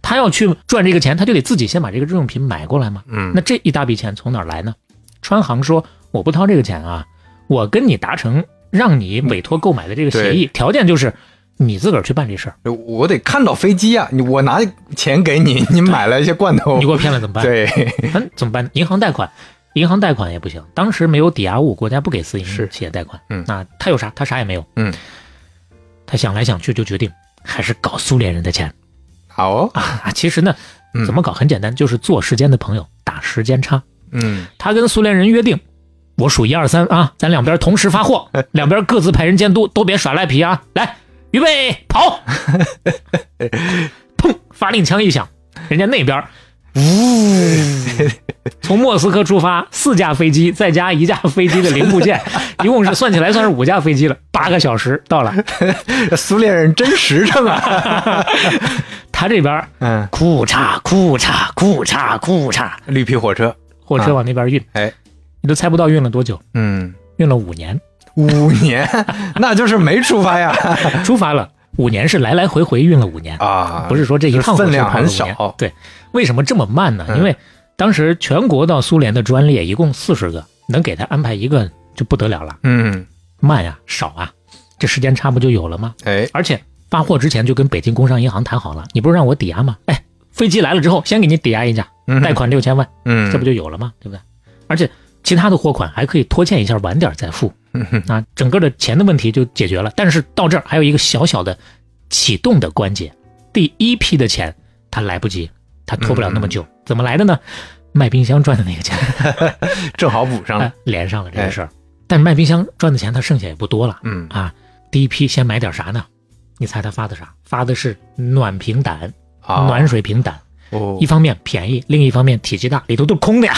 S2: 他要去赚这个钱，他就得自己先把这个日用品买过来嘛。
S3: 嗯
S2: 那这一大笔钱从哪儿来呢？川航说我不掏这个钱啊，我跟你达成让你委托购买的这个协议，条件就是你自个儿去办这事儿。
S3: 我得看到飞机啊！你我拿钱给你，你买了一些罐头
S2: 你给，我骗了怎么办？
S3: 哦对，
S2: 嗯，怎么办呢？银行贷款，银行贷款也不行，当时没有抵押物，国家不给私
S3: 是
S2: 营企业贷款。
S3: 嗯
S2: 那他有啥？他啥也没有。
S3: 嗯，
S2: 他想来想去就决定还是搞苏联人的 钱
S3: 好哦，
S2: 啊。其实呢
S3: 嗯，
S2: 怎么搞很简单，就是做时间的朋友，打时间差。
S3: 嗯
S2: 他跟苏联人约定，我数一二三啊，咱两边同时发货，两边各自派人监督，都别耍赖皮啊！来，预备，跑！砰，发令枪一响，人家那边呜，从莫斯科出发，四架飞机再加一架飞机的零部件，一共是算起来算是五架飞机了，八个小时到了。
S3: 苏联人真实诚啊！
S2: 他这边
S3: 嗯，
S2: 库嚓库嚓库嚓库嚓，
S3: 绿皮火车，
S2: 货车往那边运，
S3: 哎，
S2: 你都猜不到运了多久，
S3: 嗯，
S2: 运了五年。
S3: 五年，那就是没出发 呀
S2: 出发了五年是来来回回运了五年，
S3: 啊！
S2: 不是说这一趟火
S3: 分
S2: 车
S3: 量
S2: 跑了
S3: 很
S2: 五年
S3: 少
S2: 对，为什么这么慢呢？
S3: 嗯
S2: 因为当时全国到苏联的专列一共四十个，能给他安排一个就不得了了，
S3: 嗯，
S2: 慢呀、少啊，这时间差不就有了吗？
S3: 哎，
S2: 而且发货之前就跟北京工商银行谈好了，你不是让我抵押吗？哎，飞机来了之后，先给你抵押一架，
S3: 嗯
S2: 贷，款六千万，
S3: 嗯，
S2: 这不就有了吗？对不对？而且其他的货款还可以拖欠一下，晚点再付。
S3: 嗯
S2: 啊，整个的钱的问题就解决了。但是到这儿还有一个小小的启动的关节，第一批的钱他来不及，他拖不了那么久，怎么来的呢？卖冰箱赚的那个钱、
S3: 正好补上
S2: 哎
S3: 了，
S2: 连上了这个事儿，但卖冰箱赚的钱他剩下也不多了
S3: 嗯
S2: 啊。第一批先买点啥呢？你猜他发的啥？发的是暖瓶胆、
S3: 啊，
S2: 暖水瓶胆。
S3: 哦
S2: 一，方面便宜，另一方面体积大，里头都是空的呀，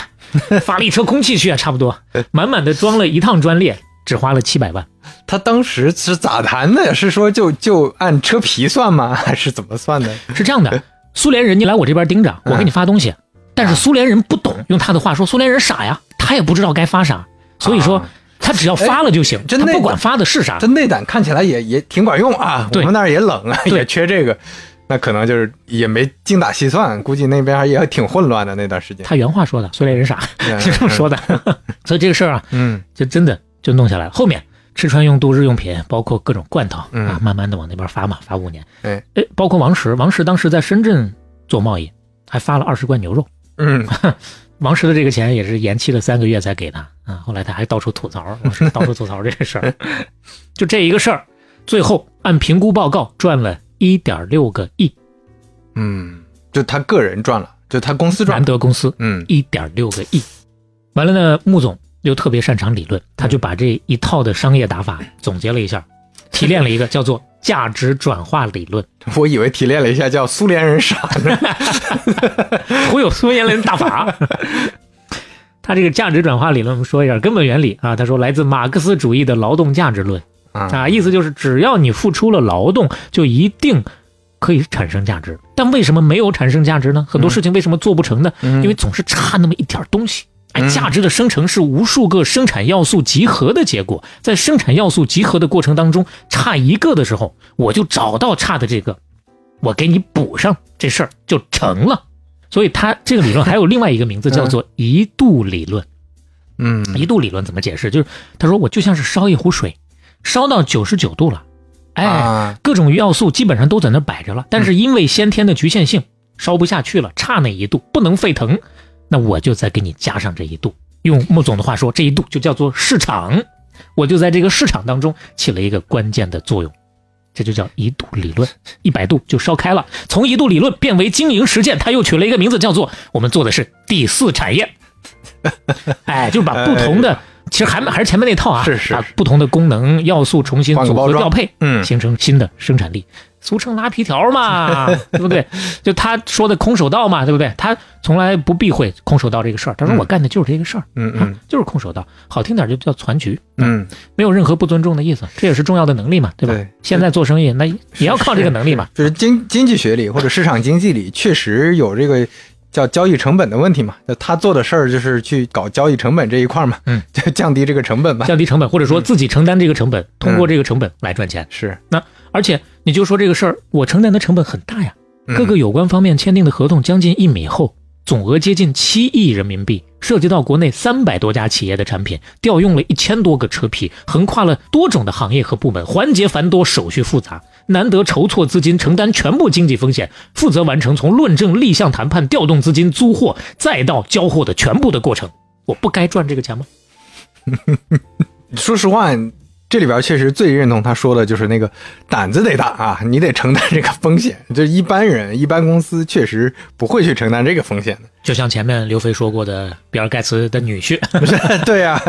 S2: 发了一车空气去啊，差不多，满满的装了一趟专列，只花了七百万。
S3: 他当时是咋谈的？是说就就按车皮算吗？ 还是怎么算的？
S2: 是这样
S3: 哎
S2: 的，苏联人你来我这边盯着，我
S3: 嗯
S2: 给你发东西，
S3: 啊
S2: 但是苏联人不懂，用他的话说，苏联人傻呀，他也不知道该发啥，所以说、
S3: 啊
S2: 他只要发了就行，
S3: 真
S2: 他
S3: 那
S2: 不
S3: 个
S2: 管发的是啥
S3: 这，内胆看起来也也挺管用啊，我
S2: 啊对
S3: 们那儿也冷啊，
S2: 对
S3: 也缺这个，那可能就是也没精打细算，估计那边也挺混乱的那段时间。
S2: 他原话说的，苏联人傻
S3: 嗯
S2: 是这么 说的。所以这个事儿啊，
S3: 嗯
S2: 就真的就弄下来了。后面吃穿用度日用品，包括各种罐头
S3: 嗯
S2: 啊，慢慢的往那边发嘛，发五年。
S3: 对
S2: 哎，包括王石，王石当时在深圳做贸易，还发了二十罐牛肉。
S3: 嗯，
S2: 王石的这个钱也是延期了三个月才给他啊。后来他还到处吐槽， 王石到处吐槽这个事儿。就这一个事儿，最后按评估报告赚了一点六个亿，
S3: 嗯，就他个人赚了，就他公司赚
S2: 南
S3: 了。
S2: 德公司
S3: 嗯
S2: 一点六个亿。完了呢，穆总又特别擅长理论，他就把这一套的商业打法总结了一 下，提炼了一个叫做价值转化理论。
S3: 我以为提炼了一下叫苏联人傻呢。
S2: 忽悠苏联人大法。他这个价值转化理论，我们说一下根本原理啊。他说来自马克思主义的劳动价值论
S3: 啊，
S2: 啊，意思就是只要你付出了劳动，就一定可以产生价值。但为什么没有产生价值呢？很多事情为什么做不成呢？因
S3: 因
S2: 为总是差那么一点儿东西。哎，
S3: 嗯
S2: 价值的生成是无数个生产要素集合的结果，在生产要素集合的过程当中，差一个的时候，我就找到差的这个，我给你补上，这事儿就成了。所以它这个理论还有另外一个名字叫做一度理论。
S3: 嗯
S2: 一度理论怎么解释？就是他说我就像是烧一壶水，烧到九十九度了，哎，
S3: 啊嗯
S2: 各种要素基本上都在那儿摆着了，但是因为先天的局限性，烧不下去了，差那一度不能沸腾，那我就再给你加上这一度。用穆总的话说，这一度就叫做市场，我就在这个市场当中起了一个关键的作用，这就叫一度理论。一百度就烧开了，从一度理论变为经营实践，它又取了一个名字，叫做我们做的是第四产 业。哎，就是把不同的，其实还还是前面那套啊，
S3: 是是
S2: 把
S3: 是
S2: 不同的功能要素重新
S3: 换个
S2: 组
S3: 包
S2: 合
S3: 装
S2: 调配，
S3: 嗯
S2: 形成新的生产力，俗称拉皮条 嘛，对不对？就他说的空手道嘛，对不对？他从来不避讳空手道这个事儿，他说
S3: 嗯
S2: 我干的就是这个事儿，
S3: 嗯
S2: 啊
S3: 嗯
S2: 就是空手道，好听点就叫攒局，
S3: 嗯，
S2: 没有任何不尊重的意思，这也是重要的能力嘛，对吧？
S3: 对
S2: 现在做生意那也要靠这个能力嘛，
S3: 就是经经济学里或者市场经济里确实有这个。叫交易成本的问题嘛，就他做的事儿就是去搞交易成本这一块儿嘛，
S2: 嗯，
S3: 就降低这个成本嘛，
S2: 降低成本，或者
S3: 嗯
S2: 说自己承担这个成本，通过这个成本来赚钱。
S3: 是
S2: 那而且你就说这个事儿，我承担的成本很大呀，
S3: 嗯
S2: 各个有关方面签订的合同将近一米厚，总额接近七亿人民币，涉及到国内三百多家企业的产品，调用了一千多个车皮，横跨了多种的行业和部门，环节繁多，手续复杂，难得筹措资金，承担全部经济风险，负责完成从论证、立项、谈判、调动资金、租货，再到交货的全部的过程。我不该赚这个钱吗？
S3: 说实话，这里边确实最认同他说的就是那个胆子得大啊，你得承担这个风险。就一般人、一般公司确实不会去承担这个风险的。
S2: 就像前面刘飞说过的，比尔盖茨的女婿，
S3: 对呀、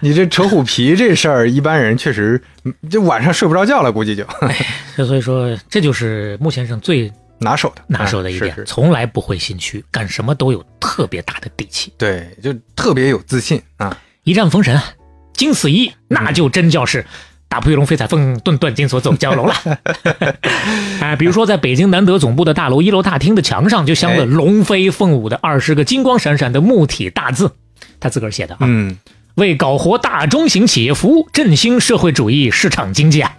S3: 你这扯虎皮这事儿，一般人确实嗯就晚上睡不着觉了，估计就
S2: 所以说这就是穆先生最
S3: 拿手的，
S2: 拿手的一
S3: 啊
S2: 点，
S3: 是是
S2: 从来不会心虚，干什么都有特别大的底气，
S3: 对，就特别有自信啊。
S2: 一战封神，经此
S3: 嗯
S2: 一役，那就真叫是。啊打破玉龙飞彩凤，顿断金锁走蛟 龙了。 哎，比如说在北京南德总部的大楼一楼大厅的墙上，就镶了
S3: 哎
S2: 龙飞凤舞的二十个金光闪闪的木体大字，他自个儿写的啊。
S3: 嗯，
S2: 为搞活大中型企业服务，振兴社会主义市场经济啊！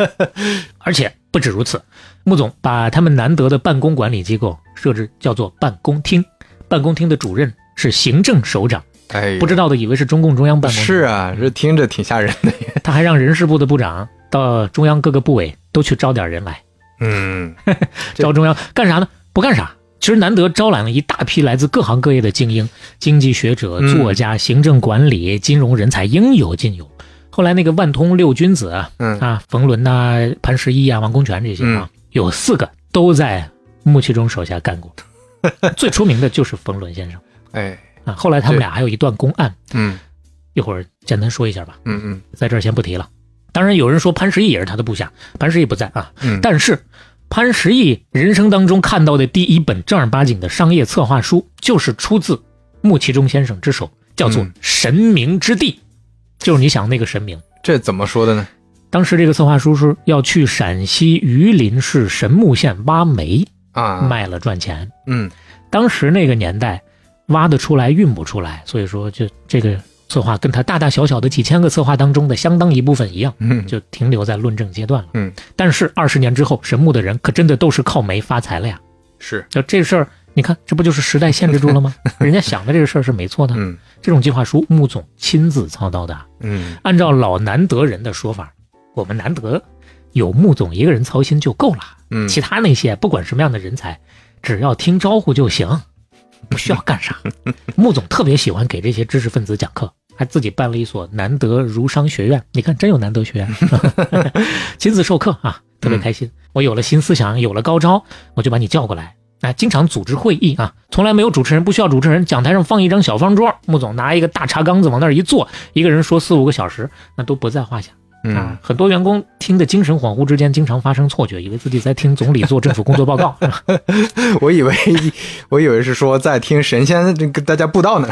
S2: 而且不止如此，穆总把他们难得的办公管理机构设置叫做办公厅，办公厅的主任是行政首长，
S3: 哎，
S2: 不知道的以为是中共中央办公厅。
S3: 是啊，这听着挺吓人的。
S2: 他还让人事部的部长到中央各个部委都去招点人来，
S3: 嗯，这
S2: 招中央干啥呢？不干啥。其实难得招揽了一大批来自各行各业的精英、经济学者、
S3: 嗯
S2: 作家、行政管理、金融人才，应有尽有。后来那个万通六君子啊，
S3: 嗯
S2: 啊，冯仑呐、潘石屹啊、王功权这些啊，有四个都在穆其中手下干 过。最出名的就是冯仑先生
S3: 哎，
S2: 啊。后来他们俩还有一段公案，
S3: 嗯
S2: 一会儿简单说一下吧，
S3: 嗯嗯
S2: 在这儿先不提了。当然有人说潘石屹也是他的部下，潘石屹不在啊，
S3: 嗯，
S2: 但是潘石屹人生当中看到的第一本正儿八经的商业策划书，就是出自穆其中先生之手，叫做《
S3: 嗯
S2: 神明之地》，就是你想那个神明。
S3: 这怎么说的呢？
S2: 当时这个策划书是要去陕西榆林市神木县挖煤，
S3: 啊，
S2: 卖了赚钱。
S3: 嗯
S2: 当时那个年代，挖得出来运不出来，所以说就这个策划跟他大大小小的几千个策划当中的相当一部分一样，
S3: 嗯，
S2: 就停留在论证阶段了。
S3: 嗯，
S2: 但是二十年之后，神木的人可真的都是靠煤发财了呀。
S3: 是，
S2: 就这事儿，你看，这不就是时代限制住了吗？ 人家想的这个事儿是没错的。
S3: 嗯
S2: 这种计划书，穆总亲自操刀的啊。
S3: 嗯
S2: 按照老南德人的说法，我们南德有穆总一个人操心就够了，啊
S3: 嗯，
S2: 其他那些不管什么样的人才，只要听招呼就行，不需要干啥。穆总特别喜欢给这些知识分子讲课，还自己办了一所南德儒商学院。你看，真有南德学院，亲自授课啊，特别开心。我有了新思想，有了高招，我就把你叫过来。啊，经常组织会议啊，从来没有主持人，不需要主持人。讲台上放一张小方桌，穆总拿一个大茶缸子往那儿一坐，一个人说四五个小时，那都不在话下。啊
S3: 嗯，
S2: 很多员工听得精神恍惚之间，经常发生错觉，以为自己在听总理做政府工作报 告。
S3: 嗯我以为我以为是说在听神仙这个大家布道呢，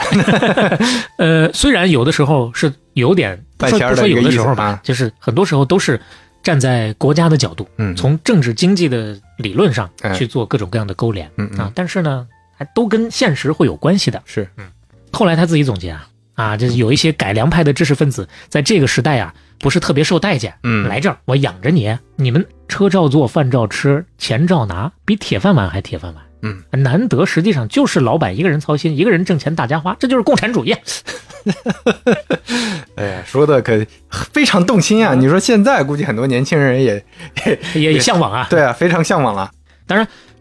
S2: 呃，虽然有的时候是有点，不
S3: 半仙
S2: 说
S3: 儿
S2: 不
S3: 的
S2: 说
S3: 一
S2: 有
S3: 个
S2: 的
S3: 意
S2: 时
S3: 思
S2: 候吧
S3: 啊，
S2: 就是很多时候都是站在国家的角度，
S3: 嗯
S2: 从政治经济的理论上
S3: 哎
S2: 去做各种各样的勾连
S3: 嗯
S2: 啊
S3: 嗯，
S2: 但是呢，还都跟现实会有关系的。
S3: 是，
S2: 后来他自己总结啊，啊，就是有一些改良派的知识分子，在这个时代啊，不是特别受待见。
S3: 嗯
S2: 来这儿，我养着你，你们车照做，饭照吃，钱照拿，比铁饭碗还铁饭碗。
S3: 嗯，
S2: 难得实际上就是老板一个人操心，一个人挣钱大家花，这就是共产主义。
S3: 哎呀，说的可非常动心啊！你说现在估计很多年轻人也
S2: 也也向往啊。
S3: 对啊，非常向往了。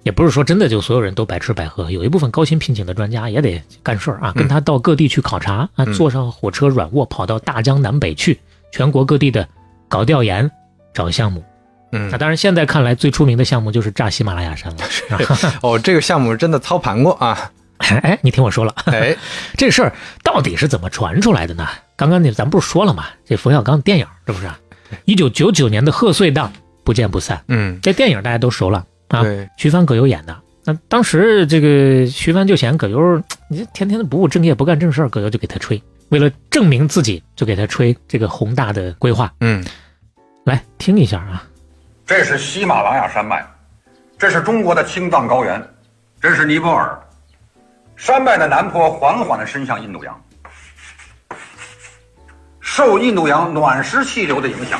S2: 也不是说真的就所有人都白吃白喝，有一部分高薪聘请的专家也得干事儿啊，跟他到各地去考察啊，
S3: 嗯
S2: 坐上火车软卧跑到大江南北去，全国各地的搞调研。找项目，
S3: 嗯
S2: 那，当然，现在看来最出名的项目就是炸喜马拉雅 山了。
S3: 哦，这个项目真的操盘过 啊！
S2: 哎，你听我说了，
S3: 哎，
S2: 这事儿到底是怎么传出来的呢？刚刚那咱不是说了吗？这冯小刚电影这不是？啊一九九九年的贺岁档不见不散，
S3: 嗯，
S2: 这电影大家都熟了啊，
S3: 对，
S2: 徐帆、葛优演的。那当时这个徐帆就嫌葛优，你这天天的不务正业，不干正事儿，葛优就给他吹。为了证明自己，就给他吹这个宏大的规划。
S3: 嗯
S2: 来听一下啊，
S4: 这是喜马拉雅山脉，这是中国的青藏高原，这是尼泊尔。山脉的南坡缓缓地伸向印度洋，受印度洋暖湿气流的影响，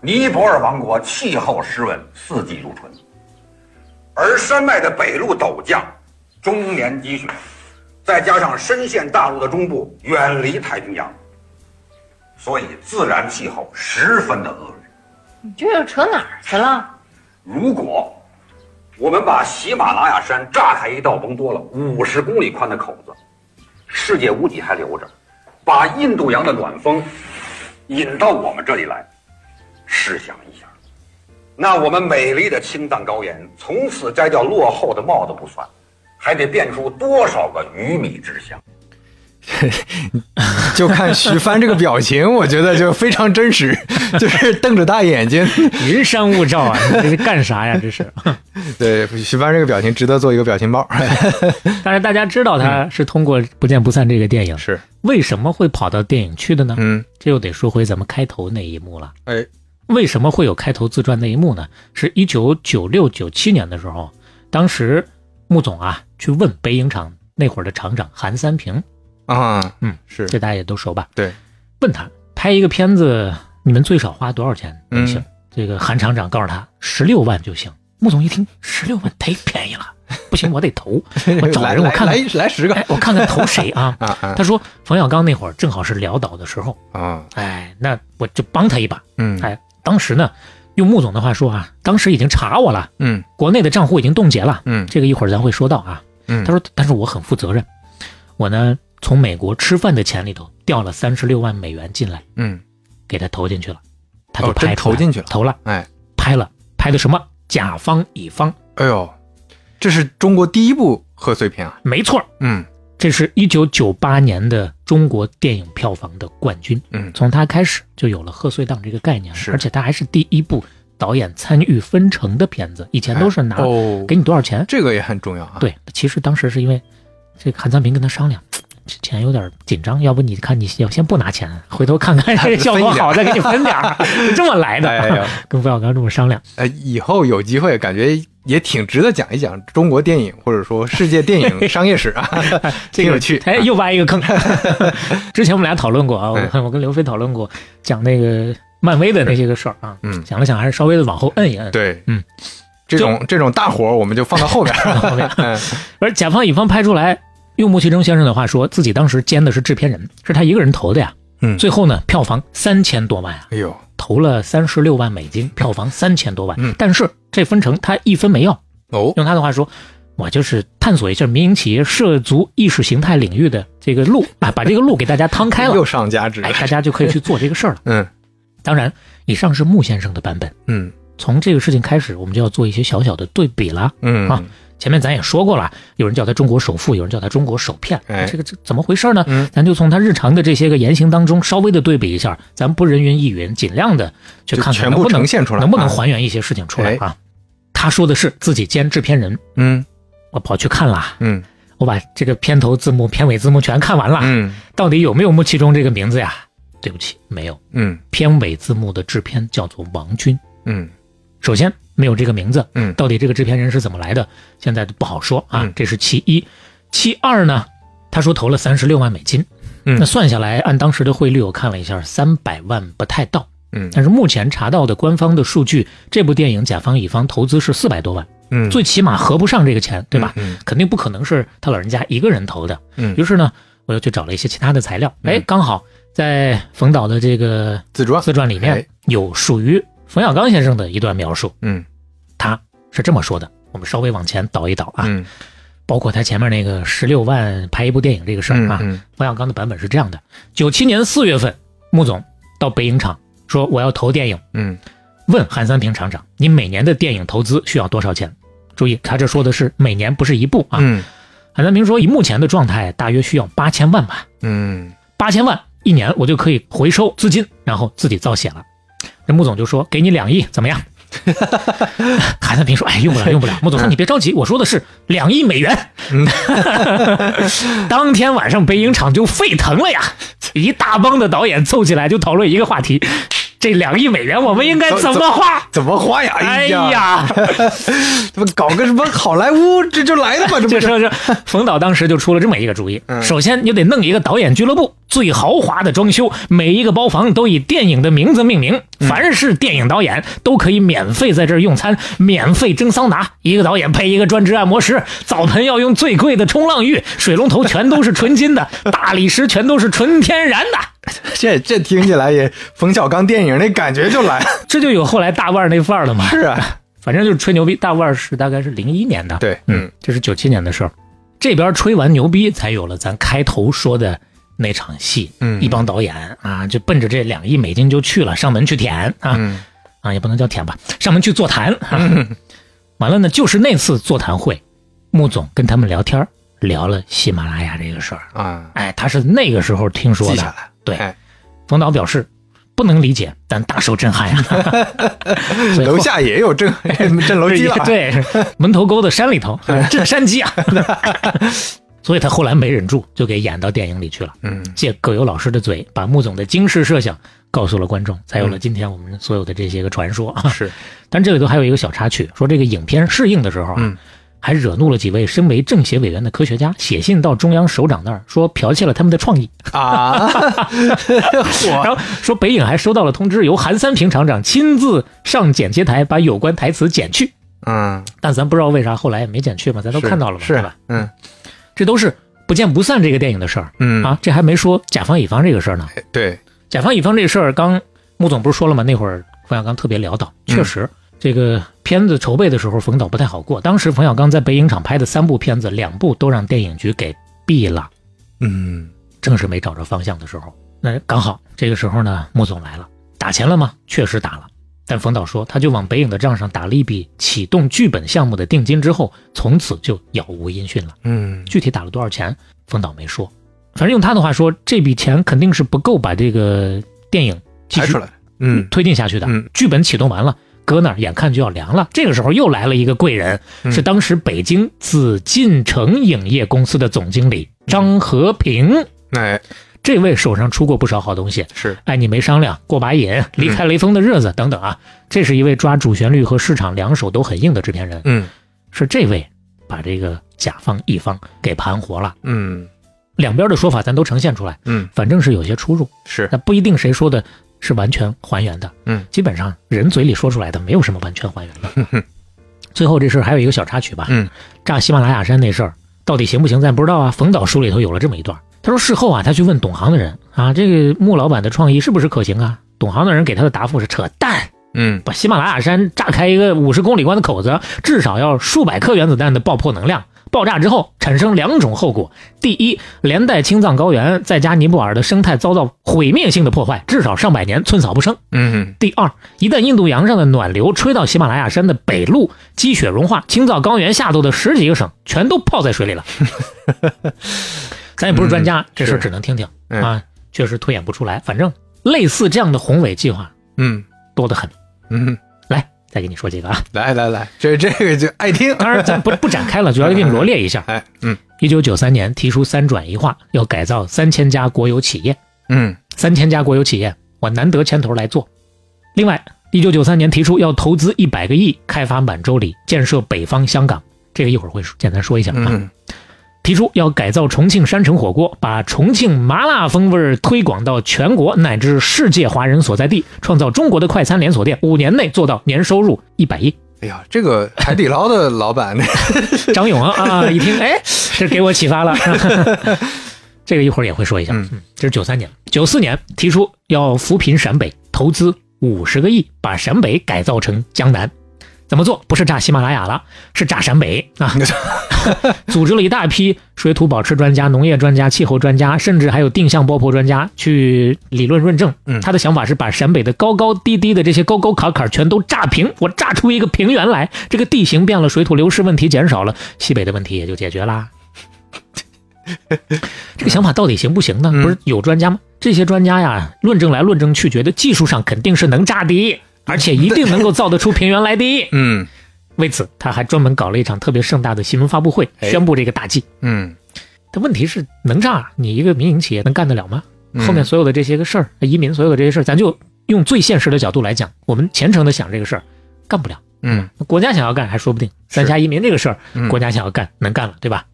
S4: 尼泊尔王国气候湿润，四季如春。而山脉的北路陡降，终年积雪，再加上深陷大陆的中部，远离太平洋，所以自然气候十分的恶劣。
S5: 你这又扯哪儿去了？
S4: 如果我们把喜马拉雅山炸开一道甭多了五十公里宽的口子，世界屋脊还留着，把印度洋的暖风引到我们这里来，试想一下，那我们美丽的青藏高原从此摘掉落后的帽子不算，还得变出多少个鱼米之乡？
S3: 就看徐帆这个表情，我觉得就非常真实，就是瞪着大眼睛。
S2: 云山雾罩啊，你这是干啥呀？这是。
S3: 对，徐帆这个表情值得做一个表情包。
S2: 但是大家知道他是通过《不见不散》这个电影，
S3: 是，
S2: 为什么会跑到电影去的呢？
S3: 嗯，
S2: 这又得说回咱们开头那一幕了。
S3: 哎，
S2: 为什么会有开头自传那一幕呢？是一九九六九七年的时候，当时穆总啊去问北影厂那会儿的厂长韩三平，
S3: 啊，
S2: 嗯，
S3: 是，
S2: 这大家也都熟吧？
S3: 对，
S2: 问他拍一个片子，你们最少花多少钱能行？
S3: 嗯
S2: 这个韩厂长告诉他十六万就行。穆总一听十六万太便宜了，不行，我得 投，我找
S3: 来
S2: 人我
S3: 来
S2: 看看
S3: 来来十个
S2: 哎，我看看投谁 啊？
S3: 啊啊
S2: 他说冯小刚那会儿正好是潦倒的时候，
S3: 啊，
S2: 哎，那我就帮他一把。
S3: 嗯
S2: 哎，当时呢，用穆总的话说啊，当时已经查我了，
S3: 嗯
S2: 国内的账户已经冻结了。
S3: 嗯
S2: 这个一会儿咱会说到啊。
S3: 嗯
S2: 他说，但是我很负责任，我呢从美国吃饭的钱里头调了三十六万美元进来，
S3: 嗯，
S2: 给他投进去了，他就
S3: 哦真
S2: 拍出来
S3: 投进去了
S2: 投了，
S3: 哎，
S2: 拍了，拍的什么？甲方乙方，
S3: 哎呦，这是中国第一部贺岁片啊。
S2: 没错儿，
S3: 嗯
S2: 这是一九九八年的中国电影票房的冠军。
S3: 嗯
S2: 从他开始就有了贺岁档这个概念，
S3: 是
S2: 而且他还是第一部导演参与分成的片子，以前都是拿、
S3: 哦，
S2: 给你多少钱。
S3: 这个也很重要啊。，
S2: 对，其实当时是因为这个韩三平跟他商量，这钱有点紧张，要不你看你要先不拿钱，回头看看这个效果好再 给你分点儿，这么来的。
S3: 哎呦，
S2: 跟冯小刚这么商量，
S3: 哎，以后有机会，感觉也挺值得讲一讲中国电影或者说世界电影商业史 啊，挺有趣。
S2: 哎，又挖一个 坑。之前我们俩讨论过啊，
S3: 嗯
S2: 我我跟刘飞讨论过，讲那个漫威的那些个事儿啊，
S3: 嗯
S2: 想了想还是稍微的往后摁一摁。
S3: 对，
S2: 嗯，
S3: 这种这种大活儿我们就放到后边儿。
S2: 后面
S3: 嗯
S2: 而甲方乙方拍出来，用穆其征先生的话说，自己当时兼的是制片人，是他一个人投的呀。
S3: 嗯
S2: 最后呢，票房三千多万啊，
S3: 哎呦，
S2: 投了三十六万美金，票房三千多万。
S3: 嗯
S2: 但是这分成他一分没要，
S3: 哦，
S2: 用他的话说，我就是探索一下民营企业涉足意识形态领域的这个路啊，把这个路给大家趟开了
S3: 又，上价值了
S2: 哎，。大家就可以去做这个事儿了。
S3: 嗯
S2: 当然，以上是穆先生的版本。
S3: 嗯
S2: 从这个事情开始，我们就要做一些小小的对比了。
S3: 嗯
S2: 啊前面咱也说过了，有人叫他中国首富，有人叫他中国首骗，
S3: 哎
S2: 这个这怎么回事呢？
S3: 嗯
S2: 咱就从他日常的这些个言行当中稍微的对比一下，咱不人云亦云，尽量的去看
S3: 就
S2: 看
S3: 全
S2: 能
S3: 部
S2: 不能
S3: 呈现出来
S2: 能不能
S3: 啊哎
S2: 还原一些事情出来啊？他说的是自己兼制片人，
S3: 嗯
S2: 我跑去看了，
S3: 嗯
S2: 我把这个片头字幕、片尾字幕全看完了，
S3: 嗯
S2: 到底有没有穆其中这个名字呀？对不起，没有。
S3: 嗯
S2: 片尾字幕的制片叫做王军，
S3: 嗯
S2: 首先没有这个名字，
S3: 嗯
S2: 到底这个制片人是怎么来的，现在都不好说啊
S3: 嗯，
S2: 这是其一。其二呢，他说投了三十六万美金，
S3: 嗯
S2: 那算下来按当时的汇率，我看了一下，三百万不太到。
S3: 嗯
S2: 但是目前查到的官方的数据，这部电影甲方乙方投资是四百多万，
S3: 嗯，
S2: 最起码合不上这个钱，对吧？
S3: 嗯嗯
S2: 肯定不可能是他老人家一个人投的。
S3: 嗯
S2: 于是呢，我又去找了一些其他的材料，
S3: 嗯
S2: 哎，刚好在冯导的这个
S3: 自传
S2: 自传里
S3: 哎
S2: 面有属于冯小刚先生的一段描述。
S3: 嗯
S2: 他是这么说的。我们稍微往前倒一倒啊，
S3: 嗯
S2: 包括他前面那个十六万拍一部电影这个事儿啊，
S3: 嗯嗯
S2: 冯小刚的版本是这样的：九七年四月份，穆总到北影厂说我要投电影，
S3: 嗯
S2: 问韩三平厂长，你每年的电影投资需要多少钱？注意，他这说的是每年，不是一部啊。
S3: 嗯
S2: 韩三平说，以目前的状态，大约需要八千万吧，
S3: 嗯
S2: 八千万一年我就可以回收资金，然后自己造血了。那穆总就说：“给你两亿，怎么样？” 韩三平说：“哎，用不了，用不了。”穆总说：“你别着急，我说的是两亿美元。” 当天晚上，北影厂就沸腾了呀！一大帮的导演凑起来就讨论一个话题：这两亿美元我们应该怎么花？
S3: 怎么花呀？
S2: 哎
S3: 呀，
S2: 呀，
S3: 怎么搞个什么好莱坞，这就来了吧？这 不
S2: 就说是冯导当时就出了这么一个主意：
S3: 嗯
S2: 首先你得弄一个导演俱乐部，最豪华的装修，每一个包房都以电影的名字命名，凡是电影导演都可以免费在这儿用餐，免费蒸桑拿，一个导演配一个专职按摩师，澡盆要用最贵的冲浪浴，水龙头全都是纯金的，大理石全都是纯天然的。
S3: 这这听起来也冯小刚电影那感觉就来了。
S2: 这就有后来大腕儿那范儿了嘛。
S3: 是 啊，
S2: 反正就是吹牛逼，大腕儿是大概是零一年的，
S3: 对嗯
S2: 嗯，这是九七年的事儿。这边吹完牛逼，才有了咱开头说的那场戏，
S3: 嗯
S2: 一帮导演啊，就奔着这两亿美金就去了，上门去舔啊、
S3: 嗯
S2: 啊，也不能叫舔吧，上门去座谈啊。完了呢，就是那次座谈会，穆总跟他们聊天儿聊了喜马拉雅这个事儿，
S3: 啊，
S2: 哎，他是那个时候听说
S3: 记
S2: 的
S3: 下，来。
S2: 对
S3: 哎
S2: 冯导表示。不能理解，但大受震 撼呀、啊所以后
S3: 楼下也有震 震楼机了啊。
S2: 哎对，门头沟的山里 头，这山鸡啊。所以他后来没忍住，就给演到电影里去了。
S3: 嗯
S2: 借葛优老师的嘴，把穆总的惊世设想告诉了观众，才有了今天我们所有的这些个传说啊。
S3: 是，
S2: 但这里头还有一个小插曲，说这个影片试映的时候啊，
S3: 嗯
S2: 还惹怒了几位身为政协委员的科学家，写信到中央首长那儿说剽窃了他们的创意。
S3: 啊，
S2: 然
S3: 我
S2: 后说北影还收到了通知，由韩三平厂长亲自上剪接台把有关台词剪去。
S3: 嗯
S2: 但咱不知道为啥后来也没剪去嘛，咱都
S3: 是
S2: 看到了嘛，
S3: 是
S2: 吧？
S3: 嗯
S2: 这都是不见不散这个电影的事儿、
S3: 嗯哎
S2: 啊，这还没说甲方乙方这个事儿呢。
S3: 对
S2: 甲方乙方这事儿，刚穆总不是说了吗？那会儿冯小刚特别潦倒，
S3: 嗯
S2: 确实、这个片子筹备的时候冯导不太好过。当时冯小刚在北影厂拍的三部片子，两部都让电影局给毙了，
S3: 嗯
S2: 正是没找着方向的时候。那刚好这个时候呢，穆总来了，打钱了吗？确实打了。但冯导说，他就往北影的账上打了一笔启动剧本项目的定金之后，从此就杳无音讯了。
S3: 嗯
S2: 具体打了多少钱，冯导没说。反正用他的话说，这笔钱肯定是不够把这个电影继
S3: 拍
S2: 续
S3: 出来，嗯
S2: 推进下去的。
S3: 嗯
S2: 剧本启动完了，搁那儿眼看就要凉了。这个时候又来了一个贵人，
S3: 嗯
S2: 是当时北京紫禁城影业公司的总经理张和平。
S3: 哎
S2: 这位手上出过不少好东西，
S3: 是
S2: 爱你没商量、过把瘾、离开雷锋的日子等等啊。这是一位抓主旋律和市场两手都很硬的制片人，
S3: 嗯
S2: 是这位把这个甲方乙方给盘活了。
S3: 嗯
S2: 两边的说法咱都呈现出来，
S3: 嗯
S2: 反正是有些出入，
S3: 是
S2: 那不一定谁说的是完全还原的。
S3: 嗯，
S2: 基本上人嘴里说出来的没有什么完全还原的。 最后这事儿还有一个小插曲吧，
S3: 嗯，
S2: 炸喜马拉雅山那事儿到底行不行，咱不知道啊。冯导书里头有了这么一段，他说事后啊，他去问懂行的人啊，这个穆老板的创意是不是可行啊？懂行的人给他的答复是扯淡，
S3: 嗯
S2: 把喜马拉雅山炸开一个五十公里宽的口子，至少要数百颗原子弹的爆破能量。爆炸之后产生两种后果：第一，连带青藏高原再加尼泊尔的生态遭到毁灭性的破坏，至少上百年寸草不生；
S3: 嗯
S2: 第二，一旦印度洋上的暖流吹到喜马拉雅山的北麓，积雪融化，青藏高原下头的十几个省全都泡在水里 了。咱也不是专家，这事儿
S3: 是
S2: 只能听听
S3: 嗯
S2: 啊，确实推演不出来。反正类似这样的宏伟计划
S3: 嗯
S2: 多得很。
S3: 嗯，
S2: 来，再给你说几个啊。
S3: 来来来，这这个就爱听，
S2: 当然，咱不不展开了，主要给你罗列一下。
S3: 哎嗯
S2: 一九九三年提出三转一化，要改造三千家国有企业，
S3: 嗯
S2: 三千家国有企业，我难得牵头来做。另外，一九九三年提出要投资一百个亿开发满洲里，建设北方香港，这个一会儿会说简单说一下啊。
S3: 嗯
S2: 提出要改造重庆山城火锅，把重庆麻辣风味儿推广到全国乃至世界华人所在地，创造中国的快餐连锁店，五年内做到年收入一百亿。
S3: 哎呀，这个海底捞的老板，
S2: 张勇啊啊，一听哎，这给我启发了。这个一会儿也会说一下，
S3: 嗯
S2: 嗯，这是九三年、九四年提出要扶贫陕北，投资五十个亿，把陕北改造成江南。怎么做？不是炸喜马拉雅了，是炸陕北 啊！组织了一大批水土保持专家、农业专家、气候专家，甚至还有定向爆破专家去理论论证。
S3: 嗯
S2: 他的想法是把陕北的高高低低的这些沟沟坎坎全都炸平，我炸出一个平原来，这个地形变了，水土流失问题减少了，西北的问题也就解决 啦。这个想法到底行不行呢？
S3: 嗯
S2: 不是有专家吗？这些专家呀，论证来论证去，觉得技术上肯定是能炸的，而且一定能够造得出平原来的。
S3: 嗯
S2: 为此，他还专门搞了一场特别盛大的新闻发布会，
S3: 哎
S2: 宣布这个大计。
S3: 嗯
S2: 但问题是，能炸你一个民营企业能干得了吗？
S3: 嗯
S2: 后面所有的这些个事儿，移民所有的这些事儿，咱就用最现实的角度来讲，我们虔诚的想这个事儿，干不了。
S3: 嗯
S2: 国家想要干还说不定，三峡移民这个事儿，
S3: 嗯
S2: 国家想要干能干了，对吧？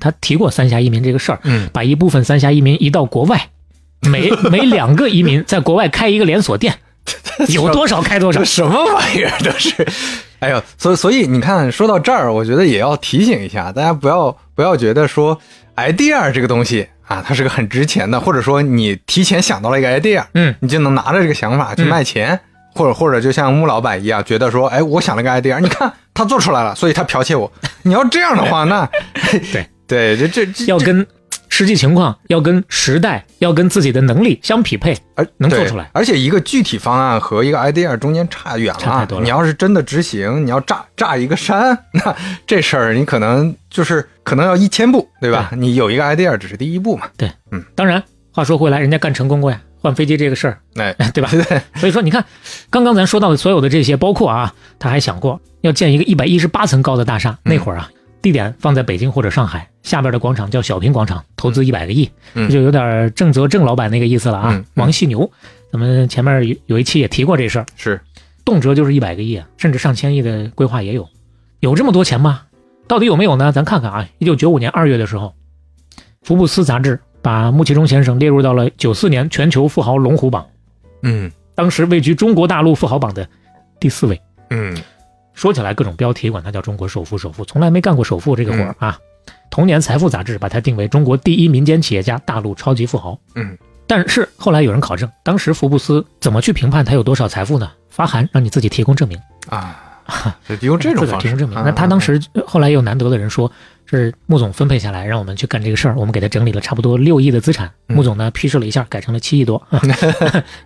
S2: 他提过三峡移民这个事儿，
S3: 嗯
S2: 把一部分三峡移民移到国外， 每每两个移民在国外开一个连锁店，有多少开多少
S3: 这。什么玩意儿都是，哎呦，所以所以你看，说到这儿，我觉得也要提醒一下大家，不要不要觉得说 idea 这个东西啊，它是个很值钱的，或者说你提前想到了一个 idea，
S2: 嗯，
S3: 你就能拿着这个想法去卖钱，或者或者就像穆老板一样，觉得说，哎，我想了个 idea，你看他做出来了，所以他剽窃我。你要这样的话，那
S2: 对
S3: 对，这这这
S2: 要跟实际情况、要跟时代、要跟自己的能力相匹配。
S3: 而
S2: 能做
S3: 哎对
S2: 出来
S3: 而且一个具体方案和一个 idea 中间差远了。
S2: 差太多了
S3: 你要是真的执行，你要炸炸一个山， 那这事儿你可能就是可能要一千步，对吧？你有一个 idea 只是第一步嘛。
S2: 当然，话说回来，人家干成功过呀，换飞机这个事儿，
S3: 哎，
S2: 对 吧？
S3: 对，
S2: 所以说，你看，刚刚咱说到的所有的这些，包括啊，他还想过要建一个一百一十八层高的大厦。
S3: 嗯
S2: 那会儿啊，地点放在北京或者上海，下边的广场叫小平广场，投资一百个亿，
S3: 嗯
S2: 这就有点郑泽郑老板那个意思了啊。
S3: 嗯嗯
S2: 王细牛，咱们前面有有一期也提过这事儿，
S3: 是，
S2: 动辄就是一百个亿，啊，甚至上千亿的规划也有。有这么多钱吗？到底有没有呢？咱看看啊，一九九五年二月的时候，福布斯杂志把穆其中先生列入到了九四年全球富豪龙虎榜，
S3: 嗯
S2: 当时位居中国大陆富豪榜的第四位。
S3: 嗯
S2: 说起来，各种标题管他叫“中国首富”，首富从来没干过首富这个活儿啊。同年，《财富》杂志把他定为中国第一民间企业家、大陆超级富豪。
S3: 嗯，
S2: 但是后来有人考证，当时福布斯怎么去评判他有多少财富呢？发函让你自己提供证明。
S3: 啊， 就用这种
S2: 自个儿
S3: 方
S2: 提
S3: 式
S2: 供证明。
S3: 啊
S2: 那他当时后来有难得的人说，是穆总分配下来让我们去干这个事儿，我们给他整理了差不多六亿的资产，穆总呢批示了一下，改成了七亿多，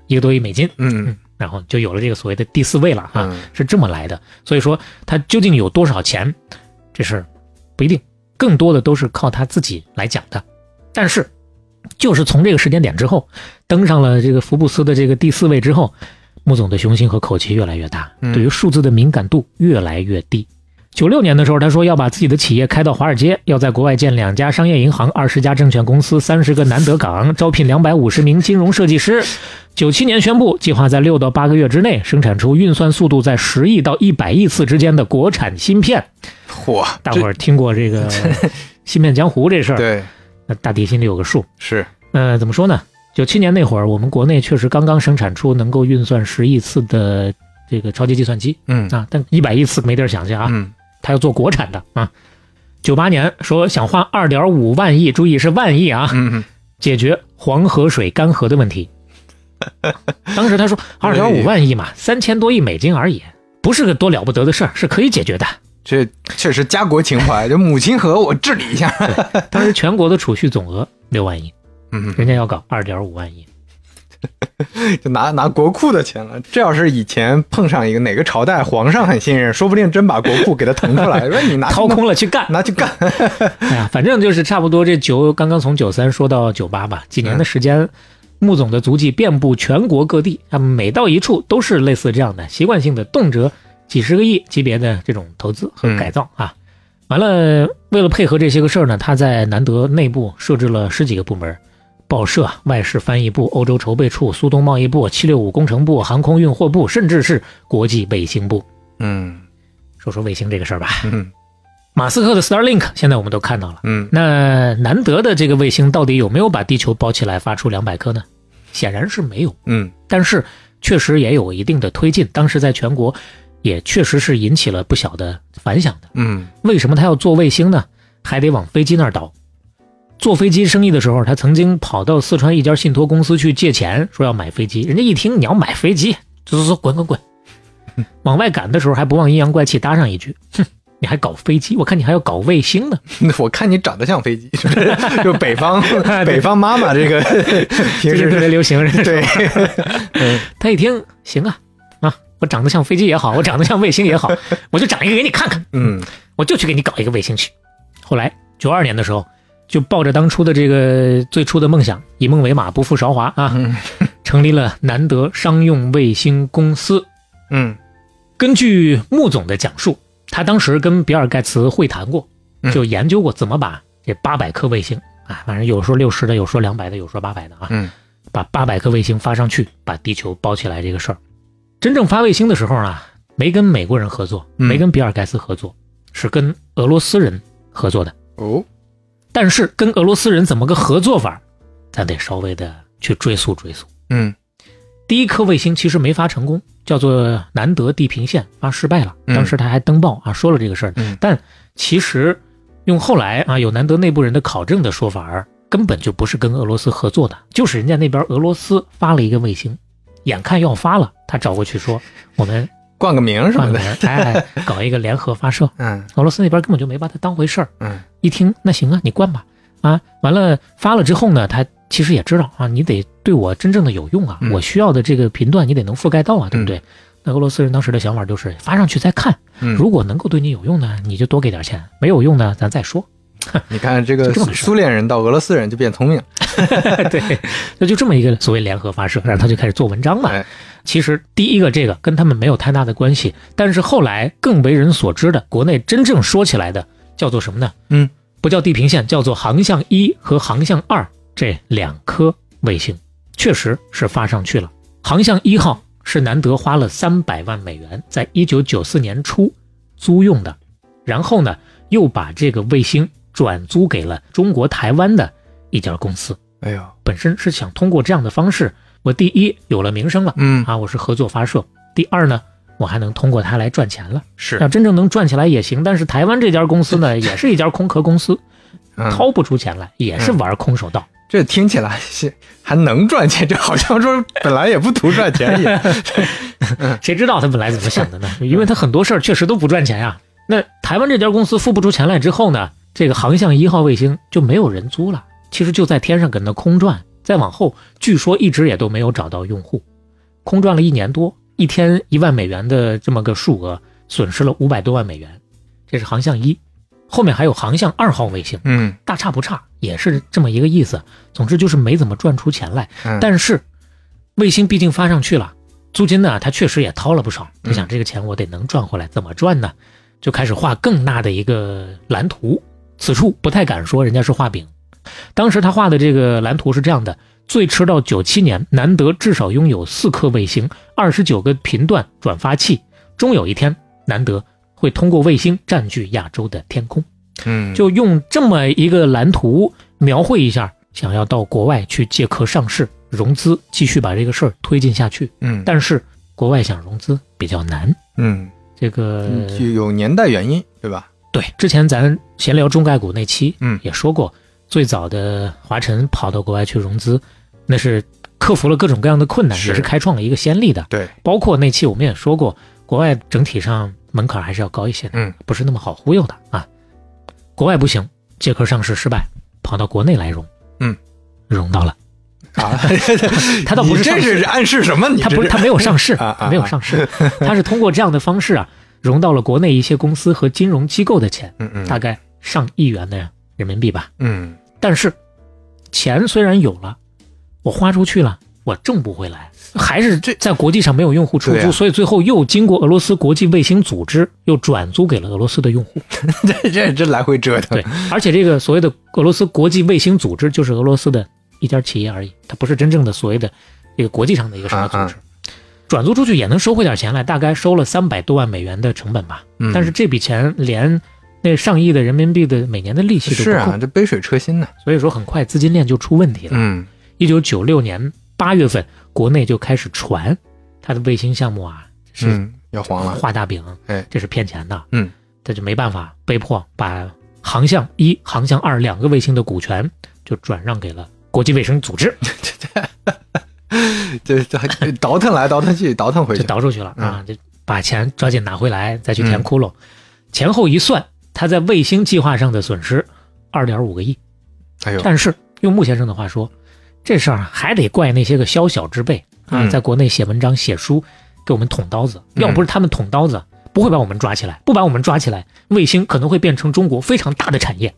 S2: 一个多亿美金，
S3: 嗯
S2: 然后就有了这个所谓的第四位了啊，
S3: 嗯
S2: 是这么来的。所以说他究竟有多少钱，这事儿不一定，更多的都是靠他自己来讲的。但是，就是从这个时间点之后，登上了这个福布斯的这个第四位之后，穆总的雄心和口气越来越大，
S3: 嗯
S2: 对于数字的敏感度越来越低。九六年的时候，他说要把自己的企业开到华尔街，要在国外建两家商业银行、二十家证券公司、三十个南德港，招聘两百五十名金融设计师。九七年宣布，计划在六到八个月之内生产出运算速度在十亿到一百亿次之间的国产芯片。
S3: 嚯，
S2: 大伙
S3: 儿
S2: 儿听过这 个芯片江湖这事儿，
S3: 对
S2: 那大体心里有个数。
S3: 是
S2: 呃，怎么说呢？九七年那会儿，我们国内确实刚刚生产出能够运算十亿次的这个超级计算机
S3: 嗯
S2: 啊，但一百亿次没地儿想去啊。
S3: 嗯
S2: 他要做国产的啊。九八年说想花二点五万亿，注意是万亿啊，
S3: 嗯嗯
S2: 解决黄河水干涸的问 题。当时他说二
S3: 哎
S2: 点五万亿嘛，三千多亿美金而已，不是个多了不得的事儿，是可以解决的。
S3: 这确实家国情怀，就母亲河我治理一下，
S2: 当时全国的储蓄总额六万亿，
S3: 嗯，
S2: 人家要搞二点五万亿。
S3: 就拿拿国库的钱了。这要是以前碰上一个哪个朝代皇上很信任，说不定真把国库给他腾出来，说你拿去
S2: 掏空了去干，
S3: 拿去干，
S2: 哎呀，反正就是差不多这九，刚刚从九三说到九八吧，几年的时间，穆总的足迹遍布全国各地，他每到一处都是类似这样的习惯性的动辄几十个亿级别的这种投资和改造啊。完了，为了配合这些个事儿呢，他在南德内部设置了十几个部门。报社、外事翻译部、欧洲筹备处、苏东贸易部、七六五工程部、航空运货部，甚至是国际卫星部。
S3: 嗯
S2: 说说卫星这个事儿吧，
S3: 嗯
S2: 马斯克的 Starlink 现在我们都看到了。
S3: 嗯，
S2: 那南德的这个卫星到底有没有把地球包起来发出两百颗呢？显然是没有，
S3: 嗯
S2: 但是确实也有一定的推进。当时在全国也确实是引起了不小的反响的。
S3: 嗯
S2: 为什么他要做卫星呢？还得往飞机那儿倒。做飞机生意的时候，他曾经跑到四川一家信托公司去借钱，说要买飞机。人家一听你要买飞机，走走走，滚 滚滚。往外赶的时候还不忘阴阳怪气搭上一句：“哼，你还搞飞机？我看你还要搞卫星 呢。”
S3: 嗯，我看你长得像飞机，是不是？就北 方
S2: 哎
S3: 北方妈妈这个平
S2: 最近
S3: 时
S2: 特别
S3: 是
S2: 流行。是吧
S3: 对，
S2: 他一听，行啊，啊，我长得像飞机也好，我长得像卫星 也好，我就长一个给你看看，
S3: 嗯
S2: 我就去给你搞一个卫星去。后来九二年的时候，就抱着当初的这个最初的梦想，以梦为马，不负韶华啊， 成立了南德商用卫星公司。
S3: 嗯
S2: 根据穆总的讲述，他当时跟比尔盖茨会谈过，
S3: 嗯
S2: 就研究过怎么把这八百颗卫星啊，反正有说六十的，有说两百的，有说八百的啊，
S3: 嗯
S2: 把八百颗卫星发上去，把地球包起来这个事儿。真正发卫星的时候啊，没跟美国人合作，
S3: 嗯
S2: 没跟比尔盖茨合作，是跟俄罗斯人合作的。
S3: 哦
S2: 但是跟俄罗斯人怎么个合作法儿，咱得稍微的去追溯追溯。
S3: 嗯
S2: 第一颗卫星其实没发成功，叫做南德地平线发失败了。
S3: 嗯
S2: 当时他还登报啊，说了这个事儿。
S3: 嗯
S2: 但其实用后来啊有南德内部人的考证的说法儿，根本就不是跟俄罗斯合作的，就是人家那边俄罗斯发了一个卫星，眼看要发了，他找过去说我们
S3: 冠个名 什
S2: 换
S3: 么
S2: 个
S3: 的，
S2: 人，哎，搞一个联合发射。
S3: 嗯
S2: 俄罗斯那边根本就没把它当回事儿，
S3: 嗯
S2: 一听那行啊，你关吧啊，完了发了之后呢，他其实也知道啊，你得对我真正的有用啊，
S3: 嗯
S2: 我需要的这个频段你得能覆盖到啊，对不对？那俄罗斯人当时的想法就是发上去再看，
S3: 嗯，
S2: 如果能够对你有用呢，你就多给点钱；没有用呢，咱再说。
S3: 你看这个
S2: 就这么回事
S3: 苏联人到俄罗斯人就变聪明，
S2: 对，那就这么一个所谓联合发射，然后他就开始做文章嘛。
S3: 哎
S2: 其实第一个这个跟他们没有太大的关系，但是后来更为人所知的，国内真正说起来的叫做什么呢？
S3: 嗯，
S2: 不叫地平线，叫做航向一和航向二这两颗卫星，确实是发上去了。航向一号是南德花了三百万美元，在一九九四年初租用的，然后呢又把这个卫星转租给了中国台湾的一家公司。
S3: 哎呦，
S2: 本身是想通过这样的方式，我第一有了名声了，
S3: 嗯
S2: 啊，我是合作发射；第二呢，我还能通过它来赚钱了。
S3: 是
S2: 要真正能赚起来也行，但是台湾这家公司 呢，也是一家空壳公司，
S3: 嗯
S2: 掏不出钱来，也是玩空手道。
S3: 这听起来是还能赚钱，这好像说本来也不图赚 钱也，
S2: 谁知道他本来怎么想的呢？ 因为他很多事儿确实都不赚钱呀、那台湾这家公司付不出钱来之后呢，这个航向一号卫星就没有人租了，其实就在天上搁那空转。再往后，据说一直也都没有找到用户，空转了一年多，一天一万美元的这么个数额，损失了五百多万美元。这是航向一，后面还有航向二号卫星，
S3: 嗯
S2: 大差不差，也是这么一个意思。总之就是没怎么赚出钱来。
S3: 嗯
S2: 但是卫星毕竟发上去了，租金呢，他确实也掏了不少。你想这个钱我得能赚回来，怎么赚呢？就开始画更大的一个蓝图。此处不太敢说人家是画饼，当时他画的这个蓝图是这样的：最迟到九七年，南德至少拥有四颗卫星、二十九个频段转发器。终有一天，南德会通过卫星占据亚洲的天空。
S3: 嗯，
S2: 就用这么一个蓝图描绘一下，想要到国外去借壳上市、融资，继续把这个事儿推进下去。
S3: 嗯
S2: 但是国外想融资比较难，
S3: 嗯，
S2: 这个
S3: 就有年代原因，对吧？
S2: 对，之前咱闲聊中概股那期，
S3: 嗯
S2: 也说过，最早的华晨跑到国外去融资，那是克服了各种各样的困难，
S3: 是
S2: 也是开创了一个先例的。
S3: 对，
S2: 包括那期我们也说过，国外整体上门槛还是要高一些的，
S3: 嗯，
S2: 不是那么好忽悠的啊。国外不行，借壳上市失败，跑到国内来融，
S3: 嗯，
S2: 融到了，
S3: 啊，
S2: 他倒不
S3: 你
S2: 是上
S3: 这
S2: 市
S3: 是暗示什么？你
S2: 他
S3: 这
S2: 不是
S3: 是
S2: 他没有上市
S3: 啊啊，啊
S2: 没有上 市，他是通过这样的方式啊，融到了国内一些公司和金融机构的钱，
S3: 嗯嗯
S2: 大概上亿元的人民币吧。
S3: 嗯
S2: 但是钱虽然有了，我花出去了，我挣不回来，还是
S3: 这
S2: 在国际上没有用户出
S3: 对
S2: 租，
S3: 啊
S2: 所以最后又经过俄罗斯国际卫星组织又转租给了俄罗斯的用户。
S3: 这这这来回折腾
S2: 对，而且这个所谓的俄罗斯国际卫星组织就是俄罗斯的一家企业而已，它不是真正的所谓的这个国际上的一个什么
S3: 啊
S2: 组织。转租出去也能收回点钱来，大概收了三百多万美元的成本吧。
S3: 嗯
S2: 但是这笔钱连那上亿的人民币的每年的利息都
S3: 是
S2: 不够，
S3: 啊，这杯水车薪呢。
S2: 所以说很快资金链就出问题了。
S3: 嗯
S2: 一九九六年八月份，国内就开始传它的卫星项目啊是
S3: 嗯，要黄了。
S2: 画大饼，
S3: 哎
S2: 这是骗钱的，
S3: 嗯，
S2: 这就没办法，被迫把航向一、航向二两个卫星的股权就转让给了国际卫生组织，
S3: 这这倒腾来倒腾去，倒腾回
S2: 就
S3: 去。
S2: 倒出去了
S3: 嗯
S2: 啊，就把钱抓紧拿回来，再去填
S3: 嗯
S2: 窟窿。前后一算，他在卫星计划上的损失二点五个亿，
S3: 哎呦，
S2: 但是用穆先生的话说，这事儿还得怪那些个宵小之辈啊，
S3: 嗯
S2: 在国内写文章、写书，给我们捅刀子。
S3: 嗯
S2: 要不是他们捅刀子，不会把我们抓起来，不把我们抓起来，卫星可能会变成中国非常大的产业。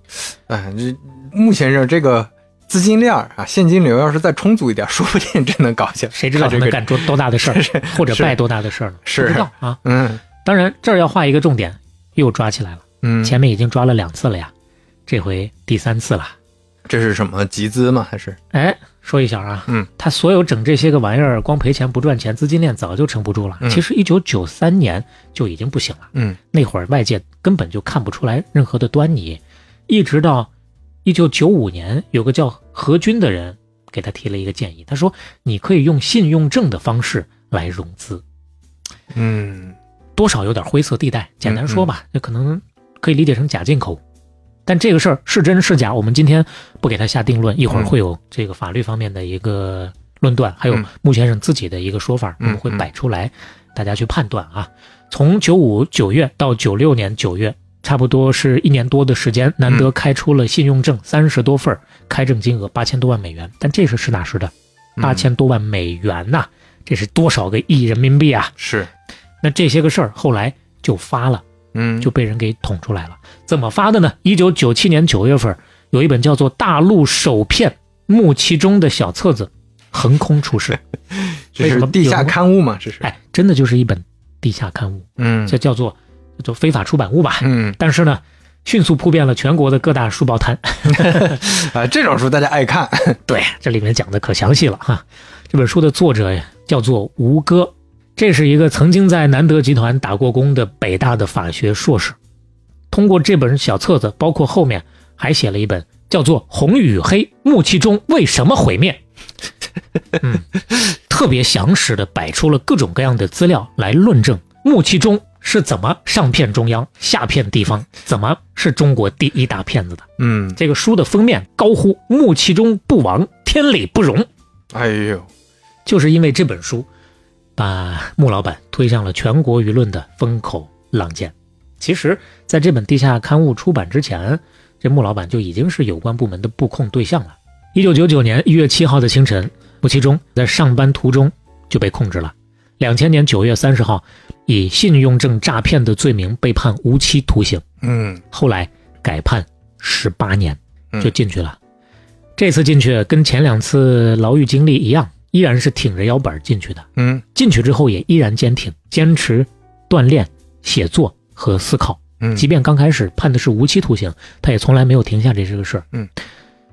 S3: 哎，这穆先生这个资金链儿啊，现金流要是再充足一点，说不定真能搞起来。
S2: 谁知道他
S3: 这
S2: 能
S3: 个
S2: 干多多大的事儿，或者
S3: 是
S2: 败多大的事儿呢？
S3: 是
S2: 不知道啊。
S3: 嗯
S2: 当然，这儿要画一个重点，又抓起来了。
S3: 嗯，
S2: 前面已经抓了两次了呀，这回第三次了。
S3: 这是什么集资吗？还是
S2: 哎，说一下啊，
S3: 嗯，
S2: 他所有整这些个玩意儿，光赔钱不赚钱，资金链早就撑不住了。
S3: 嗯
S2: 其实一九九三年就已经不行了，
S3: 嗯
S2: 那会儿外界根本就看不出来任何的端倪，一直到一九九五年，有个叫何军的人给他提了一个建议，他说你可以用信用证的方式来融资，
S3: 嗯
S2: 多少有点灰色地带。简单说吧，那可能可以理解成假进口。但这个事儿是真是假，我们今天不给他下定论，一会儿
S3: 嗯
S2: 会有这个法律方面的一个论断，还有
S3: 嗯
S2: 穆先生自己的一个说法，我
S3: 嗯
S2: 们会摆出来，大家去判断啊。从九五九月到九六年九月，差不多是一年多的时间，难
S3: 嗯
S2: 得开出了信用证三十多份儿，开证金额八千多万美元，但这是实打实的，
S3: 嗯
S2: 八千多万美元呐、这是多少个亿人民币啊？
S3: 是
S2: 那这些个事儿后来就发了，
S3: 嗯
S2: 就被人给捅出来了。怎么发的呢？一九九七年九月份，有一本叫做《大陆首骗穆其中》的小册子横空出世。
S3: 这
S2: 为什
S3: 是
S2: 么
S3: 地下
S2: 有
S3: 刊物嘛？这是
S2: 哎，真的就是一本地下刊物，
S3: 嗯
S2: 这叫做叫做非法出版物吧。
S3: 嗯
S2: 但是呢，迅速铺遍了全国的各大书报摊。
S3: 啊，这种书大家爱看。
S2: 对，这里面讲的可详细了哈。这本书的作者叫做吴哥，这是一个曾经在南德集团打过工的北大的法学硕士。通过这本小册子，包括后面还写了一本叫做《红与黑：穆其中为什么毁灭》，嗯，特别详实的摆出了各种各样的资料来论证穆其中是怎么上骗中央、下骗地方，怎么是中国第一大骗子的。
S3: 嗯，
S2: 这个书的封面高呼“穆其中不亡，天理不容
S3: 哎呦，”，
S2: 就是因为这本书把穆老板推向了全国舆论的风口浪尖。其实，在这本地下刊物出版之前，这穆老板就已经是有关部门的布控对象了。一九九九年一月七号的清晨，穆其中在上班途中就被控制了。两千年九月三十号，以信用证诈骗的罪名被判无期徒刑。
S3: 嗯
S2: 后来改判十八年
S3: 嗯
S2: 就进去了。这次进去跟前两次牢狱经历一样，依然是挺着腰板进去的。
S3: 嗯
S2: 进去之后也依然坚挺，坚持锻炼、写作和思考。
S3: 嗯
S2: 即便刚开始判的是无期徒刑，他也从来没有停下这这个事儿。
S3: 嗯，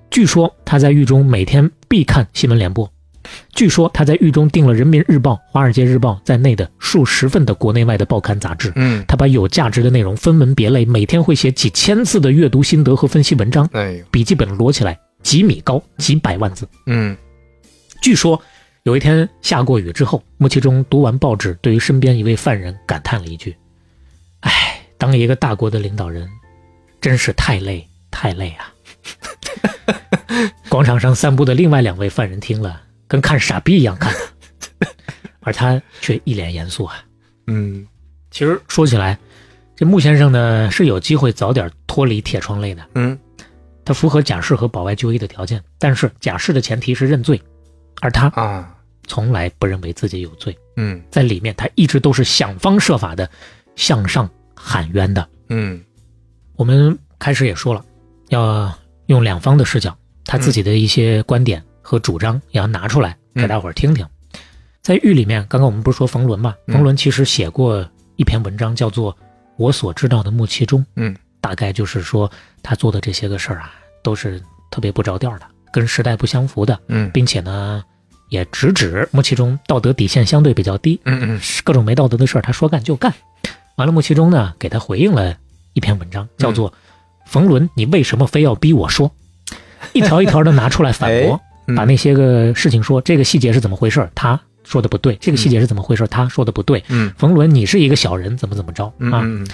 S2: 据说他在狱中每天必看新闻联播，据说他在狱中订了《人民日报》《华尔街日报》在内的数十份的国内外的报刊杂志。
S3: 嗯，
S2: 他把有价值的内容分门别类，每天会写几千字的阅读心得和分析文章，
S3: 哎呦，
S2: 笔记本摞起来几米高，几百万字。
S3: 嗯
S2: 据说有一天下过雨之后，穆其中读完报纸，对于身边一位犯人感叹了一句：“哎，当一个大国的领导人，真是太累太累啊！” 广场上散步的另外两位犯人听了，跟看傻逼一样看他，而他却一脸严肃啊。
S3: 嗯
S2: 其实说起来，这穆先生呢是有机会早点脱离铁窗类的，
S3: 嗯
S2: 他符合假释和保外就医的条件，但是假释的前提是认罪，而他
S3: 啊，
S2: 从来不认为自己有罪，
S3: 嗯
S2: 在里面他一直都是想方设法的向上喊冤的。
S3: 嗯
S2: 我们开始也说了，要用两方的视角，他自己的一些观点和主张也要拿出来
S3: 嗯
S2: 给大伙儿听听。在狱里面，刚刚我们不是说冯仑嘛？
S3: 嗯
S2: 冯仑其实写过一篇文章，叫做《我所知道的穆其中》，
S3: 嗯，
S2: 大概就是说他做的这些个事儿啊，都是特别不着调的，跟时代不相符的，
S3: 嗯
S2: 并且呢，也直指穆其中道德底线相对比较低，
S3: 嗯嗯
S2: 各种没道德的事儿，他说干就干。完了，穆其中呢给他回应了一篇文章，叫做《冯仑，你为什么非要逼我说》，一条一条的拿出来反 驳，
S3: 嗯
S2: 把那些个事情说，这个细节是怎么回事儿，他说的不对，这个细节是怎么回事儿，他说的不对。
S3: 嗯
S2: 冯仑，你是一个小人，怎么怎么着
S3: 嗯
S2: 啊？
S3: 嗯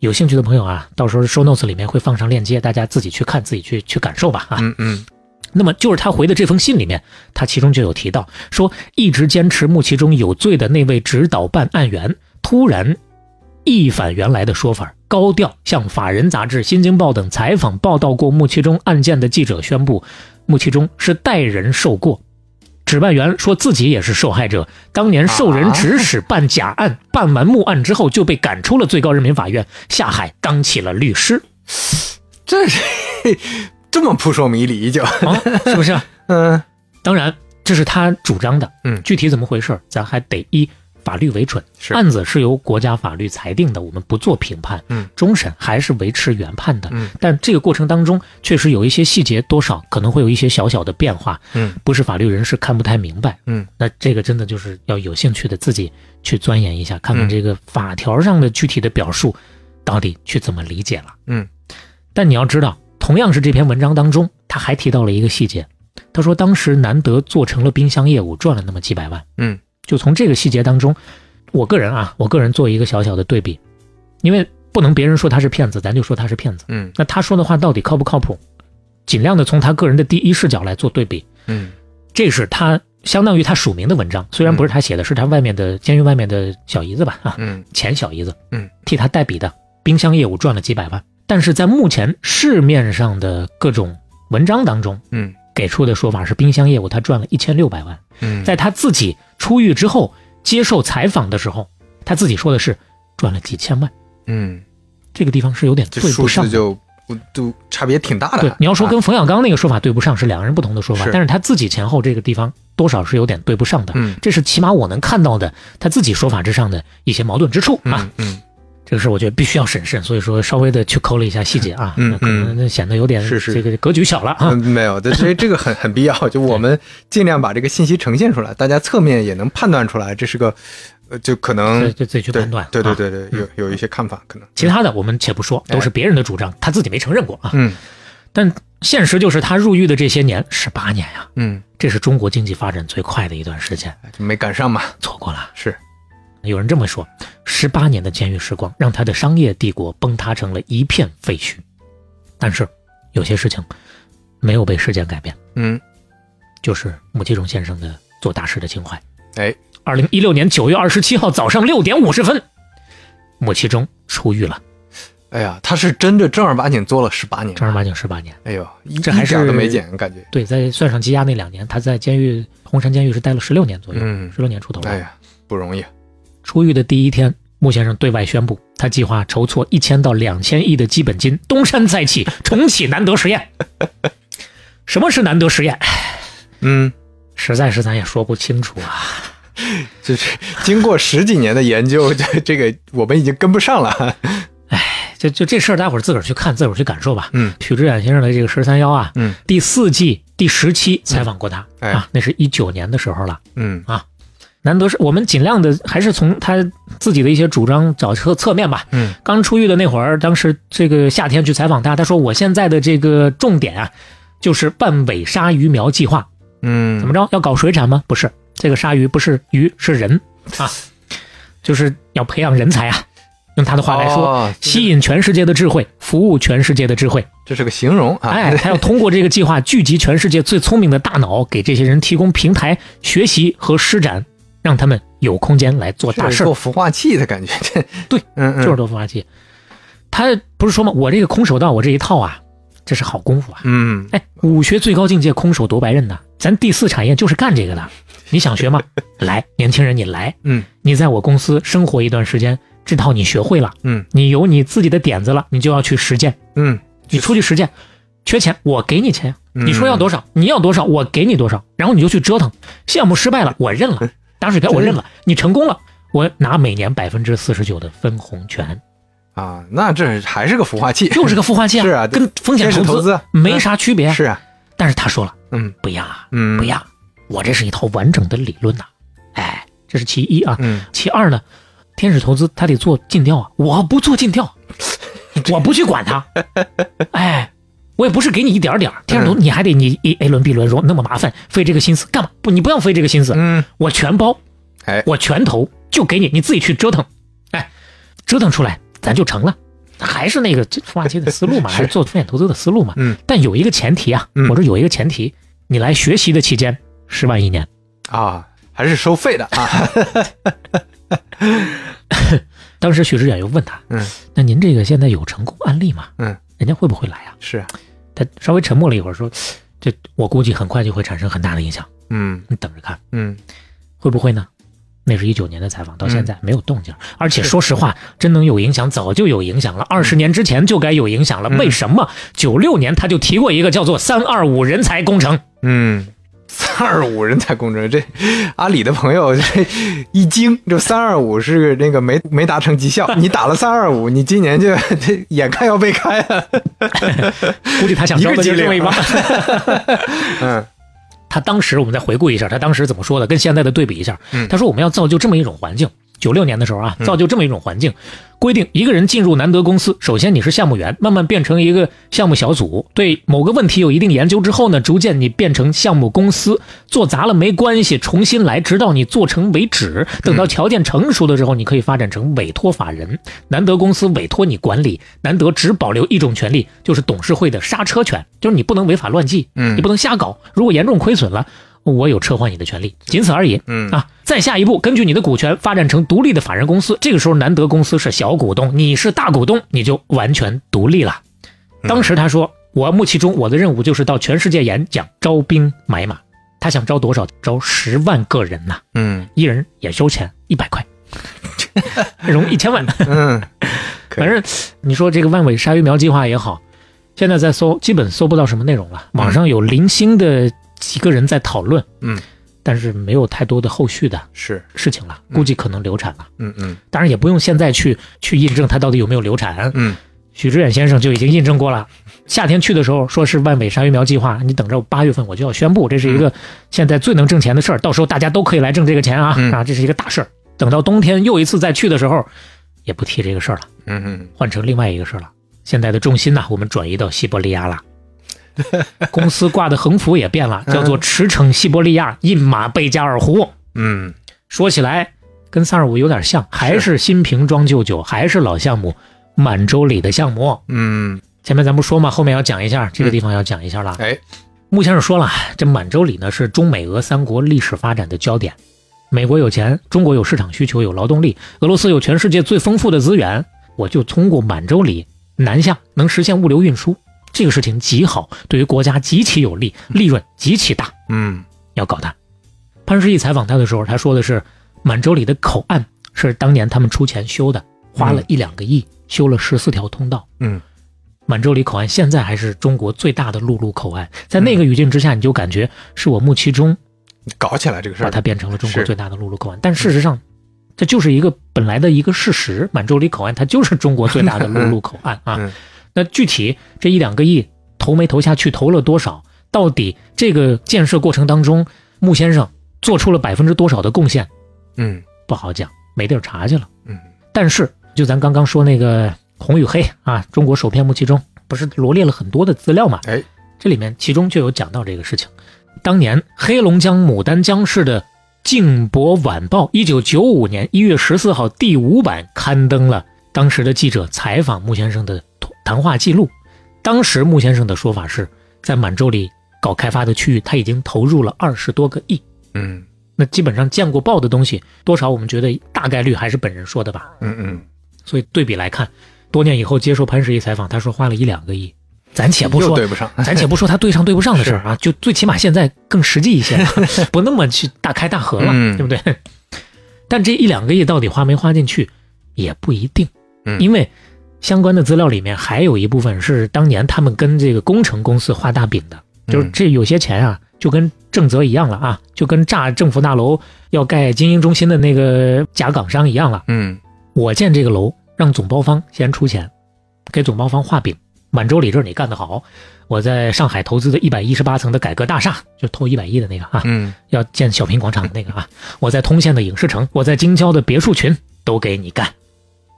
S2: 有兴趣的朋友啊，到时候 show notes 里面会放上链接，大家自己去看，自己去去感受吧啊。
S3: 嗯嗯
S2: 那么就是他回的这封信里面，他其中就有提到说，一直坚持穆其中有罪的那位指导办案员，突然一反原来的说法，高调向法人杂志、新京报等采访报道过穆其中案件的记者宣布，穆其中是代人受过。指办员说自己也是受害者，当年受人指使办假案，办完木案之后就被赶出了最高人民法院，下海当起了律师
S3: 这是这么扑朔迷离就，
S2: 啊，是不是啊？
S3: 嗯
S2: 当然，这是他主张的。
S3: 嗯
S2: 具体怎么回事儿，咱还得以法律为准。
S3: 是
S2: 案子是由国家法律裁定的，我们不做评判。
S3: 嗯，
S2: 终审还是维持原判的。
S3: 嗯，
S2: 但这个过程当中，确实有一些细节，多少可能会有一些小小的变化。
S3: 嗯，
S2: 不是法律人是看不太明白。
S3: 嗯，
S2: 那这个真的就是要有兴趣的自己去钻研一下，看看
S3: 嗯
S2: 这个法条上的具体的表述到底去怎么理解了。
S3: 嗯，
S2: 但你要知道，同样是这篇文章当中，他还提到了一个细节，他说当时难得做成了冰箱业务，赚了那么几百万。
S3: 嗯，
S2: 就从这个细节当中，我个人啊，我个人做一个小小的对比，因为不能别人说他是骗子，咱就说他是骗子。
S3: 嗯
S2: 那他说的话到底靠不靠谱？尽量的从他个人的第一视角来做对比，
S3: 嗯
S2: 这是他相当于他署名的文章，虽然不是他写的，是他外面的监狱外面的小姨子吧啊，
S3: 嗯
S2: 钱小姨子，
S3: 嗯，
S2: 替他代笔的冰箱业务赚了几百万，但是在目前市面上的各种文章当中
S3: 嗯
S2: 给出的说法是冰箱业务他赚了一千六百万，
S3: 嗯，
S2: 在他自己出狱之后接受采访的时候，他自己说的是赚了几千万，
S3: 嗯，
S2: 这个地方是有点
S3: 这
S2: 对
S3: 数
S2: 不上
S3: 字。就不就差别挺大的。
S2: 对，你要说
S3: 啊
S2: 跟冯小刚那个说法对不上是两个人不同的说法，
S3: 是
S2: 但是他自己前后这个地方多少是有点对不上的，
S3: 嗯
S2: 这是起码我能看到的他自己说法之上的一些矛盾之处啊。
S3: 嗯 嗯
S2: 这个事儿我觉得必须要审慎，所以说稍微的去抠了一下细节啊，
S3: 嗯
S2: 那可能
S3: 嗯
S2: 那显得有点
S3: 是是
S2: 这个格局小了啊。
S3: 嗯，没有，这这这个很很必要，就我们尽量把这个信息呈现出来，大家侧面也能判断出来，这是个，呃，就可
S2: 对，
S3: 能
S2: 就自己去
S3: 对
S2: 判断。
S3: 对对
S2: 啊，
S3: 对对，有有一些看法可能，
S2: 其他的我们且不说，都
S3: 哎
S2: 是别人的主张，他自己没承认过啊。
S3: 嗯
S2: 但现实就是他入狱的这些年，十八年呀、
S3: 嗯，
S2: 这是中国经济发展最快的一段时间，
S3: 就没赶上嘛，
S2: 错过了。
S3: 是，
S2: 有人这么说，十八年的监狱时光让他的商业帝国崩塌成了一片废墟。但是，有些事情没有被时间改变，
S3: 嗯，
S2: 就是穆其中先生的做大事的情怀。
S3: 哎，
S2: 二零一六年九月二十七号早上六点五十分，穆其中出狱了，
S3: 哎呀，他是真的正儿八经做了十八年，
S2: 正儿八经十八年。
S3: 哎呦，一
S2: 这还是
S3: 一点都没减，感觉，
S2: 对，再算上羁押那两年，他在监狱红山监狱是待了十六年左右，
S3: 嗯
S2: 十六年出头了。
S3: 哎呀，不容易，
S2: 出狱的第一天，穆先生对外宣布，他计划筹措一千到两千亿的基本金，东山再起，重启南德实验。 什么是南德实验？
S3: 嗯，
S2: 实在是咱也说不清楚啊。
S3: 就是经过十几年的研究，这这个我们已经跟不上了，
S2: 就就这事儿，大伙儿自个儿去看，自个儿去感受吧。
S3: 嗯，
S2: 许志远先生的这个十三幺啊，
S3: 嗯，
S2: 第四季第十期采访过他、
S3: 哎
S2: 啊，那是一九年的时候了。
S3: 嗯
S2: 难得是我们尽量的，还是从他自己的一些主张找侧侧面吧。
S3: 嗯，
S2: 刚出狱的那会儿，当时这个夏天去采访他，他说我现在的这个重点啊，就是办伪鲨鱼苗计划。
S3: 嗯，
S2: 怎么着？要搞水产吗？不是，这个鲨鱼不是鱼，是人啊，就是要培养人才啊。用他的话来说，
S3: 哦
S2: 吸引全世界的智慧，服务全世界的智慧。
S3: 这是个形容啊，
S2: 哎，他要通过这个计划聚集全世界最聪明的大脑，给这些人提供平台学习和施展，让他们有空间来做大
S3: 这是
S2: 事儿
S3: 做。孵化器的感觉，这
S2: 对，
S3: 嗯嗯，
S2: 就是多孵化器。他不是说吗？我这个空手道，我这一套啊，这是好功夫啊。
S3: 嗯
S2: 哎，武学最高境界空手夺白刃呐，咱第四产业就是干这个的。你想 学吗？来，年轻人，你来，
S3: 嗯
S2: 你在我公司生活一段时间，这套你学会了，
S3: 嗯
S2: 你有你自己的点子了，你就要去实践，
S3: 嗯，
S2: 你出去实践。缺钱，我给你钱。
S3: 嗯
S2: 你说要多少，你要多少，我给你多少。然后你就去折腾，项目失败了，我认 了，打水漂我认了。你成功了，我拿每年百分之四十九的分红权，
S3: 啊，那这还是个孵 化器，
S2: 就是个孵化器
S3: 是啊
S2: 跟风险
S3: 天使投
S2: 资
S3: 资啊
S2: 没啥区别。
S3: 是啊，
S2: 但是他说了，
S3: 嗯
S2: 不一样啊，
S3: 嗯
S2: 不一样，我这是一套完整的理论呐、哎，这是其一啊。
S3: 嗯，
S2: 其二呢，天使投资他得做尽调啊，我不做尽 调，我不去管他，哎，我也不是给你一点儿点
S3: 嗯
S2: 儿，天使投资你还得你一 A 轮 B 轮说那么麻烦，费这个心思干嘛？不，你不要费这个心思，
S3: 嗯
S2: 我全包，
S3: 哎
S2: 我全投，就给你，你自己去折腾，哎，折腾出来咱就成了。还是那个这孵化器的思 路嘛，还是做风险投资的思路嘛。
S3: 嗯，
S2: 但有一个前提啊，
S3: 嗯
S2: 我这有一个前提，你来学习的期间十万一年，
S3: 啊，还是收费的啊，
S2: 当时许知远又问他，
S3: 嗯，
S2: 那您这个现在有成功案例吗？
S3: 嗯，
S2: 人家会不会来啊？
S3: 是啊，
S2: 他稍微沉默了一会儿，说，这我估计很快就会产生很大的影响，
S3: 嗯
S2: 你等着看，
S3: 嗯
S2: 会不会呢？那是一九年的采访，到现在没有动静。而且说实话，真能有影响，早就有影
S3: 嗯
S2: 响了，二十年之前就该有影响了。为什么九六年他就提过一个叫做“三二五人才工程
S3: 嗯。三二五人才工程，这阿里的朋友这一惊，就三二五是那个没没达成绩效，你打了三二五，你今年就这眼看要被开了。”，
S2: 估计他想招的就是这么一帮。
S3: 嗯
S2: 他当时我们再回顾一下，他当时怎么说的，跟现在的对比一下。
S3: 嗯
S2: 他说我们要造就这么一种环境。九六年的时候啊，造就这么一种环境，规定一个人进入南德公司，首先你是项目员，慢慢变成一个项目小组，对某个问题有一定研究之后呢，逐渐你变成项目公司，做砸了没关系，重新来，直到你做成为止。等
S3: 嗯
S2: 到条件成熟的时候，你可以发展成委托法人，南德公司委托你管理，南德只保留一种权利，就是董事会的刹车权，就是你不能违法乱纪，
S3: 嗯
S2: 你不能瞎搞。如果严重亏损了，我有撤换你的权利，仅此而已。
S3: 嗯
S2: 啊，再下一步，根据你的股权发展成独立的法人公司，这个时候南德公司是小股东，你是大股东，你就完全独立了。
S3: 嗯
S2: 当时他说，我目其中我的任务就是到全世界演讲，招兵买马。他想招多少？招十万个人呐、
S3: 嗯
S2: 一人也收钱一百块， 融一千万。
S3: 嗯，可以
S2: 反正你说这个万尾鲨鱼苗计划也好，现在在搜，基本搜不到什么内容了。网上有零星的几个人在讨论，
S3: 嗯，
S2: 但是没有太多的后续的
S3: 是，
S2: 事情了，估计可能流产了。
S3: 嗯嗯
S2: 当然也不用现在去去印证它到底有没有流产。
S3: 嗯
S2: 许知远先生就已经印证过了。夏天去的时候说是万尾鲨鱼苗计划，你等着八月份我就要宣布，这是
S3: 嗯
S2: 一个现在最能挣钱的事儿，到时候大家都可以来挣这个钱啊
S3: 嗯
S2: 啊，这是一个大事儿。等到冬天又一次再去的时候，也不提这个事儿了。
S3: 嗯嗯，
S2: 换成另外一个事儿了。现在的重心呢，我们转移到西伯利亚了。公司挂的横幅也变了，叫做“驰骋西伯利亚，印马贝加尔湖
S3: 嗯”。
S2: 说起来，跟三二五有点像，还是新瓶装旧酒，还是老项目，满洲里的项目。
S3: 嗯，
S2: 前面咱不说嘛，后面要讲一下这个地方要讲一下了。
S3: 哎，
S2: 穆先生说了，这满洲里呢是中美俄三国历史发展的焦点。美国有钱，中国有市场需求，有劳动力，俄罗斯有全世界最丰富的资源，我就通过满洲里南下，能实现物流运输，这个事情极好，对于国家极其有利，利润极其大。
S3: 嗯
S2: 要搞它。潘石屹采访他的时候，他说的是满洲里的口岸是当年他们出钱修的，花了一两个亿，修了十四条通道。
S3: 嗯，
S2: 满洲里口岸现在还是中国最大的陆路口岸，在那个
S3: 嗯
S2: 语境之下，你就感觉是我穆其中
S3: 搞起来这个事
S2: 把
S3: 儿
S2: 它，变成了中国
S3: 是
S2: 最大的陆路口岸，但事实上，这就是一个本来的一个事实。满洲里口岸它就是中国最大的陆路口岸啊
S3: 嗯。
S2: 那具体这一两个亿投没投下去，投了多少？到底这个建设过程当中，穆先生做出了百分之多少的贡献？
S3: 嗯
S2: 不好讲，没地儿查去了。
S3: 嗯
S2: 但是，就咱刚刚说那个《红与黑》啊，中国首篇目其中不是罗列了很多的资料嘛？
S3: 哎，
S2: 这里面其中就有讲到这个事情。当年黑龙江牡丹江市的《镜博晚报》一九九五年一月十四号第五版刊登了当时的记者采访穆先生的谈话记录。当时穆先生的说法是，在满洲里搞开发的区域，他已经投入了二十多个亿。
S3: 嗯
S2: 那基本上见过报的东西，多少我们觉得大概率还是本人说的吧。
S3: 嗯嗯，
S2: 所以对比来看，多年以后接受潘石屹采访，他说花了一两个亿，咱且不
S3: 又
S2: 说
S3: 对不上，
S2: 咱且不说他对上对不上的事儿啊，就最起码现在更实际一些 了，不那么去大开大合了，
S3: 嗯
S2: 对不对？但这一两个亿到底花没花进去，也不一定，
S3: 嗯
S2: 因为相关的资料里面还有一部分是当年他们跟这个工程公司画大饼的，就是
S3: 嗯
S2: 这有些钱啊，就跟郑则一样了啊，就跟炸政府大楼要盖精英中心的那个假港商一样了。
S3: 嗯
S2: 我建这个楼，让总包方先出钱，给总包方画饼。满洲里这儿你干得好，我在上海投资的一百一十八层的改革大厦，就投一百亿的那个啊，
S3: 嗯
S2: 要建小平广场的那个啊，我在通县的影视城，我在京郊的别墅群都给你干。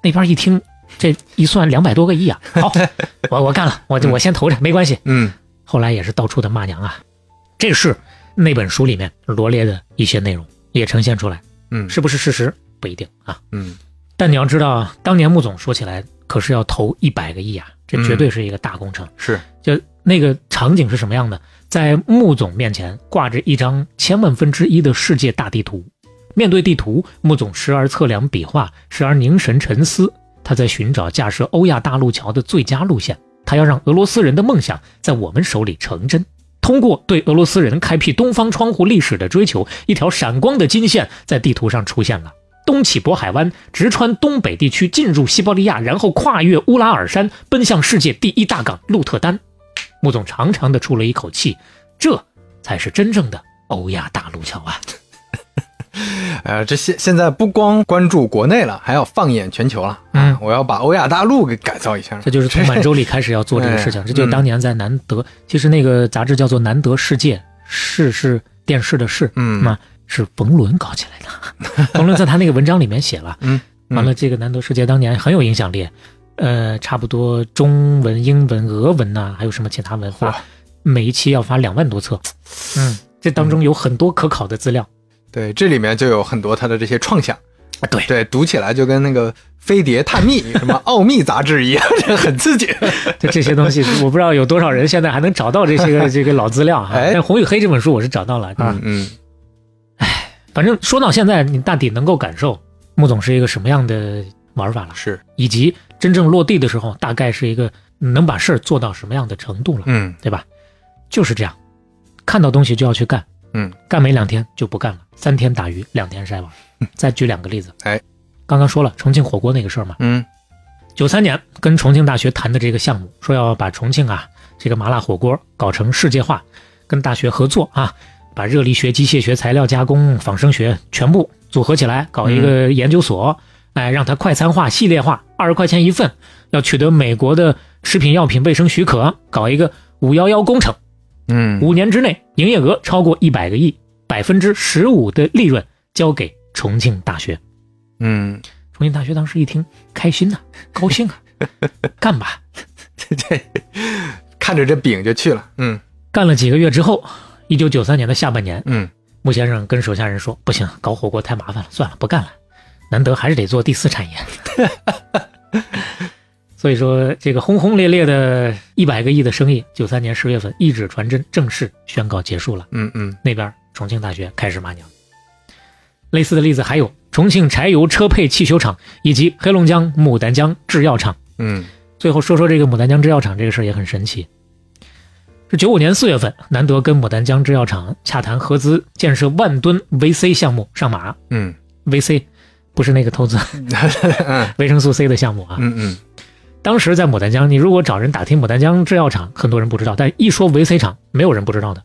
S2: 那边一听，这一算两百多个亿啊，好，我我干了，我就我先投着，没关系。
S3: 嗯
S2: 后来也是到处的骂娘啊，这是那本书里面罗列的一些内容，也呈现出来，
S3: 嗯
S2: 是不是事实不一定啊。
S3: 嗯
S2: 但你要知道，啊当年穆总说起来可是要投一百个亿啊，这绝对是一个大工程。
S3: 是
S2: 就那个场景是什么样的？在穆总面前挂着一张千万分之一的世界大地图，面对地图，穆总时而测量笔画，时而凝神沉思。他在寻找架设欧亚大陆桥的最佳路线，他要让俄罗斯人的梦想在我们手里成真。通过对俄罗斯人开辟东方窗户历史的追求，一条闪光的金线在地图上出现了。东起渤海湾，直穿东北地区，进入西伯利亚，然后跨越乌拉尔山，奔向世界第一大港鹿特丹。穆总长长的出了一口气，这才是真正的欧亚大陆桥啊！
S3: 呃，这现现在不光关注国内了，还要放眼全球了。啊
S2: 嗯
S3: 我要把欧亚大陆给改造一下。
S2: 这就是从满洲里开始要做这个事情，
S3: 哎
S2: 这就是当年在南德，其实那个杂志叫做《南德世界》，世是电视的世，
S3: 嗯
S2: 那是冯仑搞起来的。 冯仑在他那个文章里面写了，
S3: 嗯嗯
S2: 完了这个南德世界当年很有影响力，呃，差不多中文、英文、俄文呐、还有什么其他文
S3: 嚯
S2: 发，每一期要发两万多 册，嗯，这当中有很多可考的资料，
S3: 对，这里面就有很多他的这些创想。
S2: 啊对
S3: 对，读起来就跟那个《飞碟探秘》什么《奥秘》杂志一样， 这很刺激。
S2: 这这些东西是我不知道有多少人现在还能找到这些 个这个老资料啊。
S3: 哎
S2: 但《红与黑》这本书我是找到了
S3: 嗯嗯
S2: 反正说到现在，你大抵能够感受穆总是一个什么样的玩法了，
S3: 是
S2: 以及真正落地的时候，大概是一个能把事儿做到什么样的程度了，
S3: 嗯
S2: 对吧？就是这样，看到东西就要去干，
S3: 嗯，
S2: 干没两天就不干了，三天打鱼两天晒网。再举两个例子，
S3: 嗯哎，
S2: 刚刚说了重庆火锅那个事儿嘛，
S3: 嗯
S2: 九三年跟重庆大学谈的这个项目，说要把重庆啊这个麻辣火锅搞成世界化，跟大学合作啊，把热力学、机械学、材料加工、仿生学全部组合起来，搞一个研究所，哎，让它快餐化、系列化，二十块钱一份，要取得美国的食品药品卫生许可，搞一个五幺幺工程，
S3: 嗯
S2: 五年之内营业额超过一百个亿，百分之十五的利润交给重庆大学。
S3: 嗯，
S2: 重庆大学当时一听，开心呐、高兴啊，干吧。
S3: 这这看着这饼就去了。嗯
S2: 干了几个月之后，一九九三年的下半年，
S3: 嗯
S2: 穆先生跟手下人说：“不行，搞火锅太麻烦了，算了，不干了。难得还是得做第四产业。” 所以说，这个轰轰烈烈的一百个亿的生意，九三年十月份一指传真正式宣告结束了。
S3: 嗯嗯
S2: 那边重庆大学开始骂娘。类似的例子还有重庆柴油车配汽修厂以及黑龙江牡丹江制药厂。
S3: 嗯
S2: 最后说说这个牡丹江制药厂这个事儿也很神奇。是九五年四月份，南德跟牡丹江制药厂洽谈合资建设万吨 VC 项目上马。
S3: 嗯
S2: VC 不是那个投资 维生素 C 的项目啊。
S3: 嗯嗯
S2: 当时在牡丹江，你如果找人打听牡丹江制药厂，很多人不知道，但一说 VC 厂，没 有人不知道的。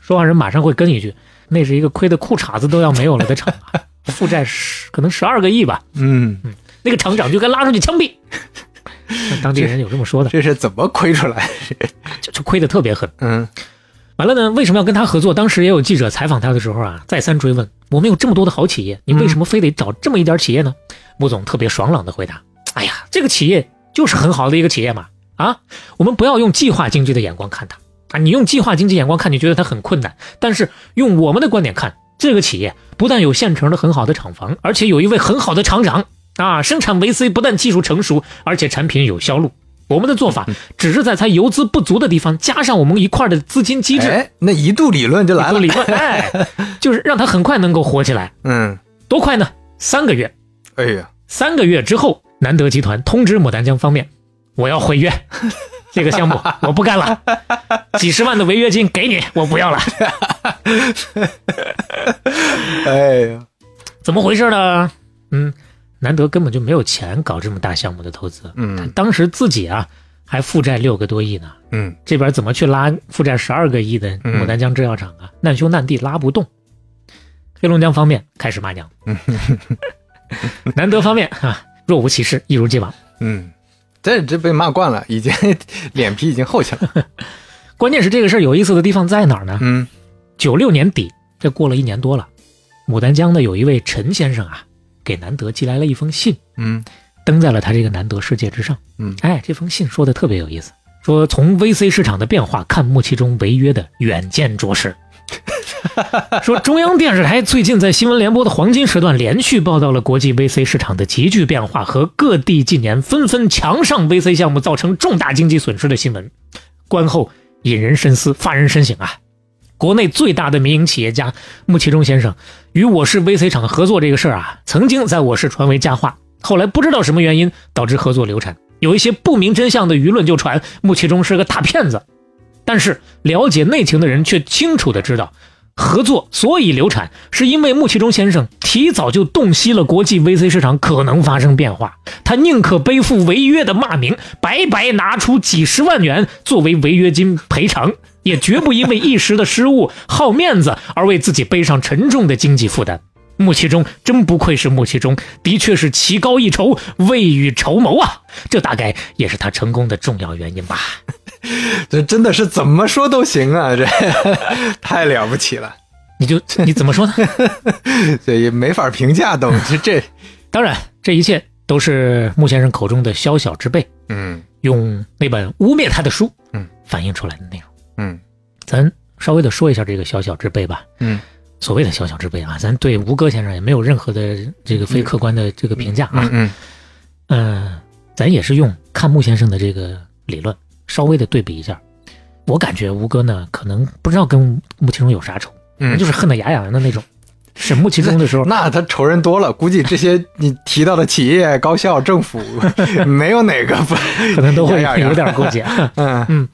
S2: 说话人马上会跟一句：“那是一个亏得裤衩子都要没有了的厂啊！”负债十可能十二个亿吧，
S3: 嗯，
S2: 那个厂长就该拉出去枪 毙。当地人有这么说的，
S3: 这是怎么亏出来？
S2: 就就亏得特别狠。
S3: 嗯
S2: 完了呢，为什么要跟他合作？当时也有记者采访他的时候啊，再三追问：我们有这么多的好企业，你为什么非得找这么一点企业呢？穆总特别爽朗的回答：哎呀，这个企业就是很好的一个企业嘛！啊，我们不要用计划经济的眼光看它啊，你用计划经济眼光看，你觉得它很困难，但是用我们的观点看，这个企业不但有现成的很好的厂房，而且有一位很好的厂长啊，生产维 C 不但技术成熟，而且产品有销路。我们的做法只是在它游资不足的地方加上我们一块儿的资金机制，
S3: 哎，那一度理论就来
S2: 做
S3: 了
S2: 理。论，哎，就是让他很快能够火起来，
S3: 嗯，
S2: 多快呢？三个月，
S3: 哎呀，
S2: 三个月之后，南德集团通知牡丹江方面，我要毁约，这个项目我不干了，几十万的违约金给你，我不要了。
S3: 哎呀，
S2: 怎么回事呢？嗯，南德根本就没有钱搞这么大项目的投资，
S3: 嗯
S2: 当时自己啊还负债六个多亿呢，
S3: 嗯，
S2: 这边怎么去拉负债十二个亿的牡丹江制药厂啊？难兄难弟拉不动。黑龙江方面开始骂娘，南德方面啊若无其事，一如既往。
S3: 嗯，这这被骂惯了，已经 脸皮已经厚起来了。
S2: 关键是这个事儿有意思的地方在哪儿呢？
S3: 嗯
S2: 九六年底，这过了一年多了，牡丹江呢有一位陈先生啊，给南德寄来了一封信，
S3: 嗯
S2: 登在了他这个南德世界之上。
S3: 嗯
S2: 哎，这封信说的特别有意思，说从 VC 市场的变化看，穆其中违约的远见卓识。 说中央电视台最近在新闻联播的黄金时段连续报道了国际 VC 市场的急剧变化和各地近年纷纷强上 VC 项目造成重大经济损失的新闻，观后引人深思，发人深省啊！国内最大的民营企业家穆其中先生与我市 VC 厂合作这个事儿啊，曾经在我市传为佳话，后来不知道什么原因导致合作流产，有一些不明真相的舆论就传穆其中是个大骗子。但是了解内情的人却清楚的知道，合作所以流产，是因为穆其中先生提早就洞悉了国际 VC 市场可能发生变化，他宁可背负违约的骂名，白白拿出几十万元作为违约金赔偿，也绝不因为一时的失误、好面子而为自己背上沉重的经济负担。穆其中真不愧是穆其中，的确是棋高一筹，未雨绸缪啊！这大概也是他成功的重要原因吧。
S3: 这真的是怎么说都行啊，这 太了不起了，
S2: 你就你怎么说呢？
S3: 这也没法评价都。这这，
S2: 当然，这一切都是穆先生口中的宵小之辈，
S3: 嗯
S2: 用那本污蔑他的书，
S3: 嗯，
S2: 反映出来的内容。
S3: 嗯
S2: 咱稍微的说一下这个宵小之辈吧。
S3: 嗯，
S2: 所谓的宵小之辈啊，咱对吴哥先生也没有任何的这个非客观的这个评价啊。
S3: 嗯
S2: 嗯，咱也是用看穆先生的这个理论，稍微的对比一下。我感觉吴哥呢，可能不知道跟穆其中有啥仇，
S3: 嗯
S2: 就是恨得牙痒痒的 那种。审穆其中的时候，
S3: 那他仇人多了，估计这些你提到的企业、高校、政府，没有哪个不
S2: 可能都会
S3: 痒痒
S2: 有点顾忌。
S3: 嗯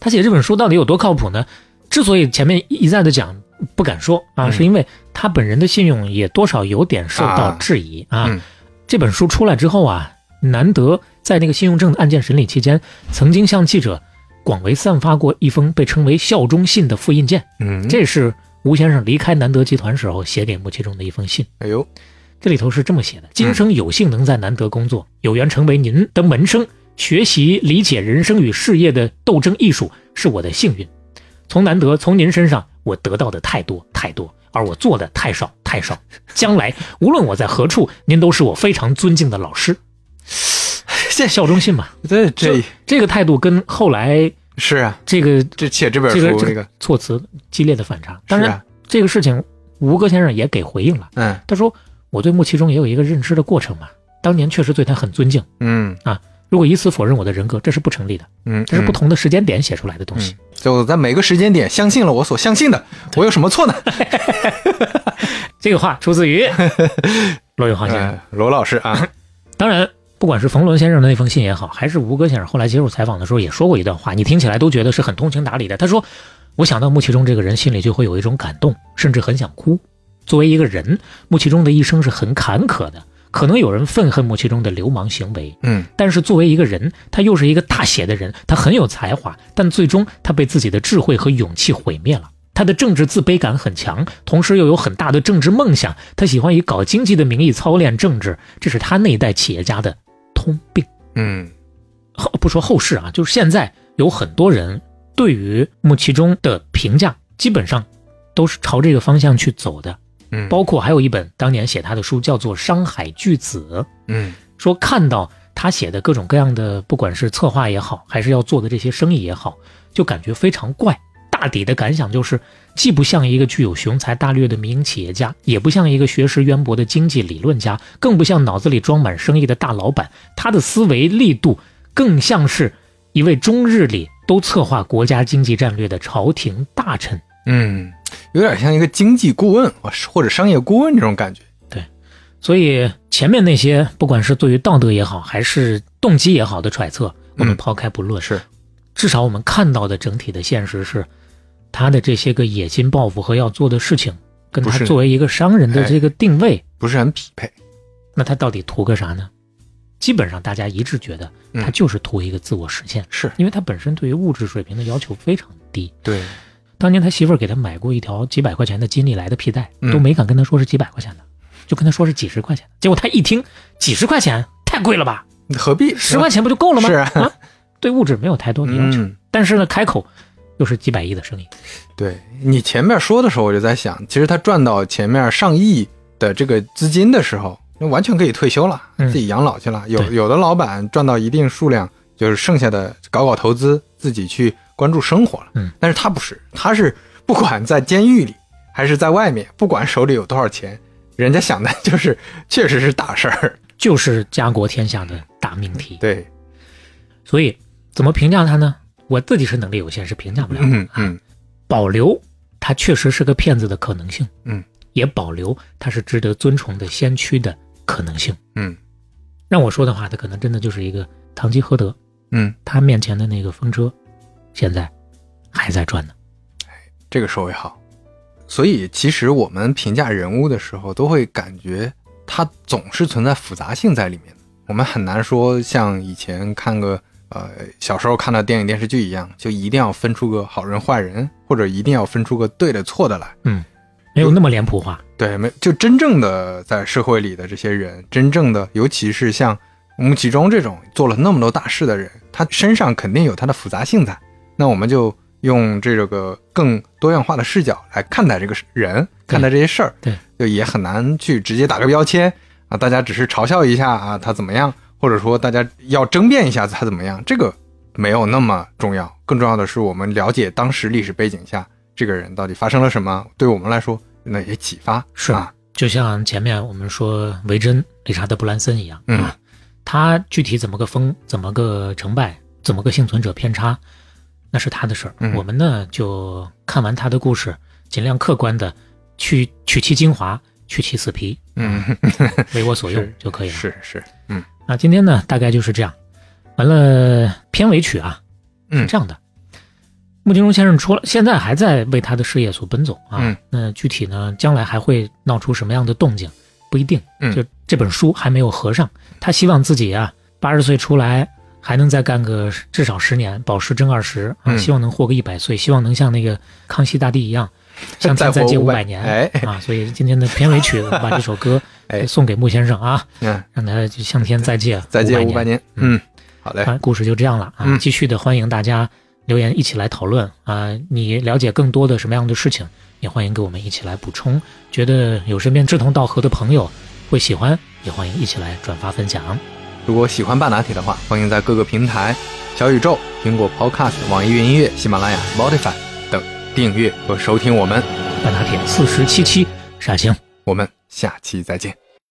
S2: 他写这本书到底有多靠谱呢？之所以前面一再的讲不敢说啊，
S3: 嗯
S2: 是因为他本人的信用也多少有点受到
S3: 啊
S2: 质疑啊。
S3: 嗯
S2: 这本书出来之后啊，南德在那个信用证的案件审理期间，曾经向记者广为散发过一封被称为“效忠信”的复印件，
S3: 嗯，
S2: 这是吴先生离开南德集团时候写给穆其中的一封信。
S3: 哎呦，
S2: 这里头是这么写的：今生有幸能在南德工作，有缘成为您的门生，学习理解人生与事业的斗争艺术是我的幸运。从南德，从您身上，我得到的太多太多，而我做的太少太少。将来无论我在何处，您都是我非常尊敬的老 师。这效忠信嘛，
S3: 这这
S2: 就这个态度跟后来
S3: 是啊，
S2: 这个
S3: 这写这本
S2: 这个
S3: 书
S2: 这
S3: 那个
S2: 个，措辞激烈的反差。当
S3: 是
S2: 然，
S3: 啊，
S2: 这个事情吴哥先生也给回应了。
S3: 嗯
S2: 他说：“我对穆其中也有一个认知的过程嘛，当年确实对他很尊敬。
S3: 嗯
S2: 如果以此否认我的人格，这是不成立的，
S3: 嗯，
S2: 这是不
S3: 嗯。
S2: 同的时间点写出来的东西。
S3: 就在每个时间点相信了我所相信的，我有什么 错呢？
S2: 这个话出自于罗永浩先生。
S3: 呃罗老师 啊，
S2: 当然，不管是冯仑先生的那封信也好，还是吴哥先生后来接受采访的时候也说过一段话，你听起来都觉得是很通情达理的。他说：“我想到穆其中这个人，心里就会有一种感动，甚至很想哭。作为一个人，穆其中的一生是很坎坷的。”可能有人愤恨穆其中的流氓行为，
S3: 嗯
S2: 但是作为一个人，他又是一个大写的人，他很有才华，但最终他被自己的智慧和勇气毁灭了。他的政治自卑感很强，同时又有很大的政治梦想。他喜欢以搞经济的名义操练政治，这是他那一代企业家的通病。
S3: 嗯
S2: 后不说后世啊，就是现在有很多人对于穆其中的评价，基本上都是朝这个方向去走的。
S3: 嗯
S2: 包括还有一本当年写他的书叫做《商海巨子
S3: 嗯》，
S2: 说看到他写的各种各样的，不管是策划也好，还是要做的这些生意也好，就感觉非常怪。大抵的感想就是，既不像一个具有雄才大略的民营企业家，也不像一个学识渊博的经济理论家，更不像脑子里装满生意的大老板。他的思维力度更像是一位中日里都策划国家经济战略的朝廷大臣。
S3: 嗯，有点像一个经济顾问或者商业顾问这种感觉。
S2: 所以前面那些，不管是对于道德也好，还是动机也好的揣测，我们抛开不论，
S3: 嗯是
S2: 至少我们看到的整体的现实是，他的这些个野心抱负和要做的事情，跟
S3: 不
S2: 他
S3: 是
S2: 作为一个商人的这个定位，
S3: 不是很匹配？
S2: 那他到底图个啥呢？基本上大家一致觉得，
S3: 嗯
S2: 他就是图一个自我实现，
S3: 是
S2: 因为他本身对于物质水平的要求非常低。
S3: 对，
S2: 当年他媳妇儿给他买过一条几百块钱的金利来的皮带，
S3: 嗯
S2: 都没敢跟他说是几百块钱的，就跟他说是几十块钱。结果他一听几十块钱太贵了吧，
S3: 何必
S2: 十块钱不就够了吗？
S3: 是啊
S2: 啊对物质没有太多的要求，
S3: 嗯
S2: 但是呢，开口又是几百亿的生意。
S3: 对你前面说的时候，我就在想，其实他赚到前面上亿的这个资金的时候，那完全可以退休了，
S2: 嗯
S3: 自己养老去了。有
S2: 对
S3: 有的老板赚到一定数量，就是剩下的搞搞投资，自己去关注生活了。
S2: 嗯，
S3: 但是他不是，他是不管在监狱里还是在外面，不管手里有多少钱，人家想的就是确实是大事儿。
S2: 就是家国天下的大命题，
S3: 对，
S2: 所以怎么评价他呢？我自己是能力有限，是评价不了的。
S3: 嗯嗯
S2: 保留他确实是个骗子的可能性，
S3: 嗯，
S2: 也保留他是值得尊崇的先驱的可能性。
S3: 嗯
S2: 让我说的话，他可能真的就是一个堂吉诃德，
S3: 嗯，
S2: 他面前的那个风车，现在还在转呢。
S3: 这个收尾好。所以，其实我们评价人物的时候，都会感觉它总是存在复杂性在里面的。我们很难说像以前看个呃小时候看的电影电视剧一样，就一定要分出个好人坏人，或者一定要分出个对的错的来。
S2: 没有那么脸谱化，
S3: 对，没就真正的在社会里的这些人，真正的，尤其是像穆其中这种做了那么多大事的人，他身上肯定有他的复杂性在。那我们就用这个更多样化的视角来看待这个人，看待这些事儿，
S2: 对，
S3: 就也很难去直接打个标签啊，大家只是嘲笑一下啊，他怎么样，或者说大家要争辩一下他怎么样，这个没有那么重要。更重要的是，我们了解当时历史背景下这个人到底发生了什么，对我们来说那也启发
S2: 是
S3: 啊，
S2: 就像前面我们说维珍、理查德·布兰森一样，
S3: 嗯
S2: 啊，他具体怎么个疯，怎么个成败，怎么个幸存者偏差，那是他的事儿。
S3: 嗯
S2: 我们呢就看完他的故事，尽量客观的去取其精华，去其死皮，
S3: 嗯，
S2: 为我所用
S3: 是
S2: 就可以了。
S3: 是是，嗯
S2: 那今天呢，大概就是这样。完了，片尾曲啊，是
S3: 嗯
S2: 这样的。穆金荣先生除了现在还在为他的事业所奔走啊，
S3: 嗯
S2: 那具体呢，将来还会闹出什么样的动静不一定。
S3: 嗯
S2: 就这本书还没有合上，他希望自己啊，八十岁出来还能再干个至少十年，保时争二十啊，
S3: 嗯
S2: 希望能活个一百岁，希望能像那个康熙大帝一样，向天再
S3: 再活
S2: 借五
S3: 500
S2: 百年、
S3: 哎
S2: 啊。所以今天的片尾 曲，我们把这首歌
S3: 哎
S2: 送给穆先生啊，
S3: 嗯，
S2: 让他就向天再借
S3: 再见五
S2: 年
S3: 百。年，
S2: 嗯
S3: 嗯，好嘞，
S2: 啊，故事就这样了啊，
S3: 嗯
S2: 继续的欢迎大家留言一起来讨论啊，你了解更多的什么样的事情，也欢迎给我们一起来补充。觉得有身边志同道合的朋友会喜欢，也欢迎一起来转发分享。
S3: 如果喜欢半拿铁的话，欢迎在各个平台、小宇宙、苹果 Podcast、网易云音乐、喜马拉雅、Spotify 等订阅和收听我们。
S2: 半拿铁四十七期，傻星。
S3: 我们下期再见。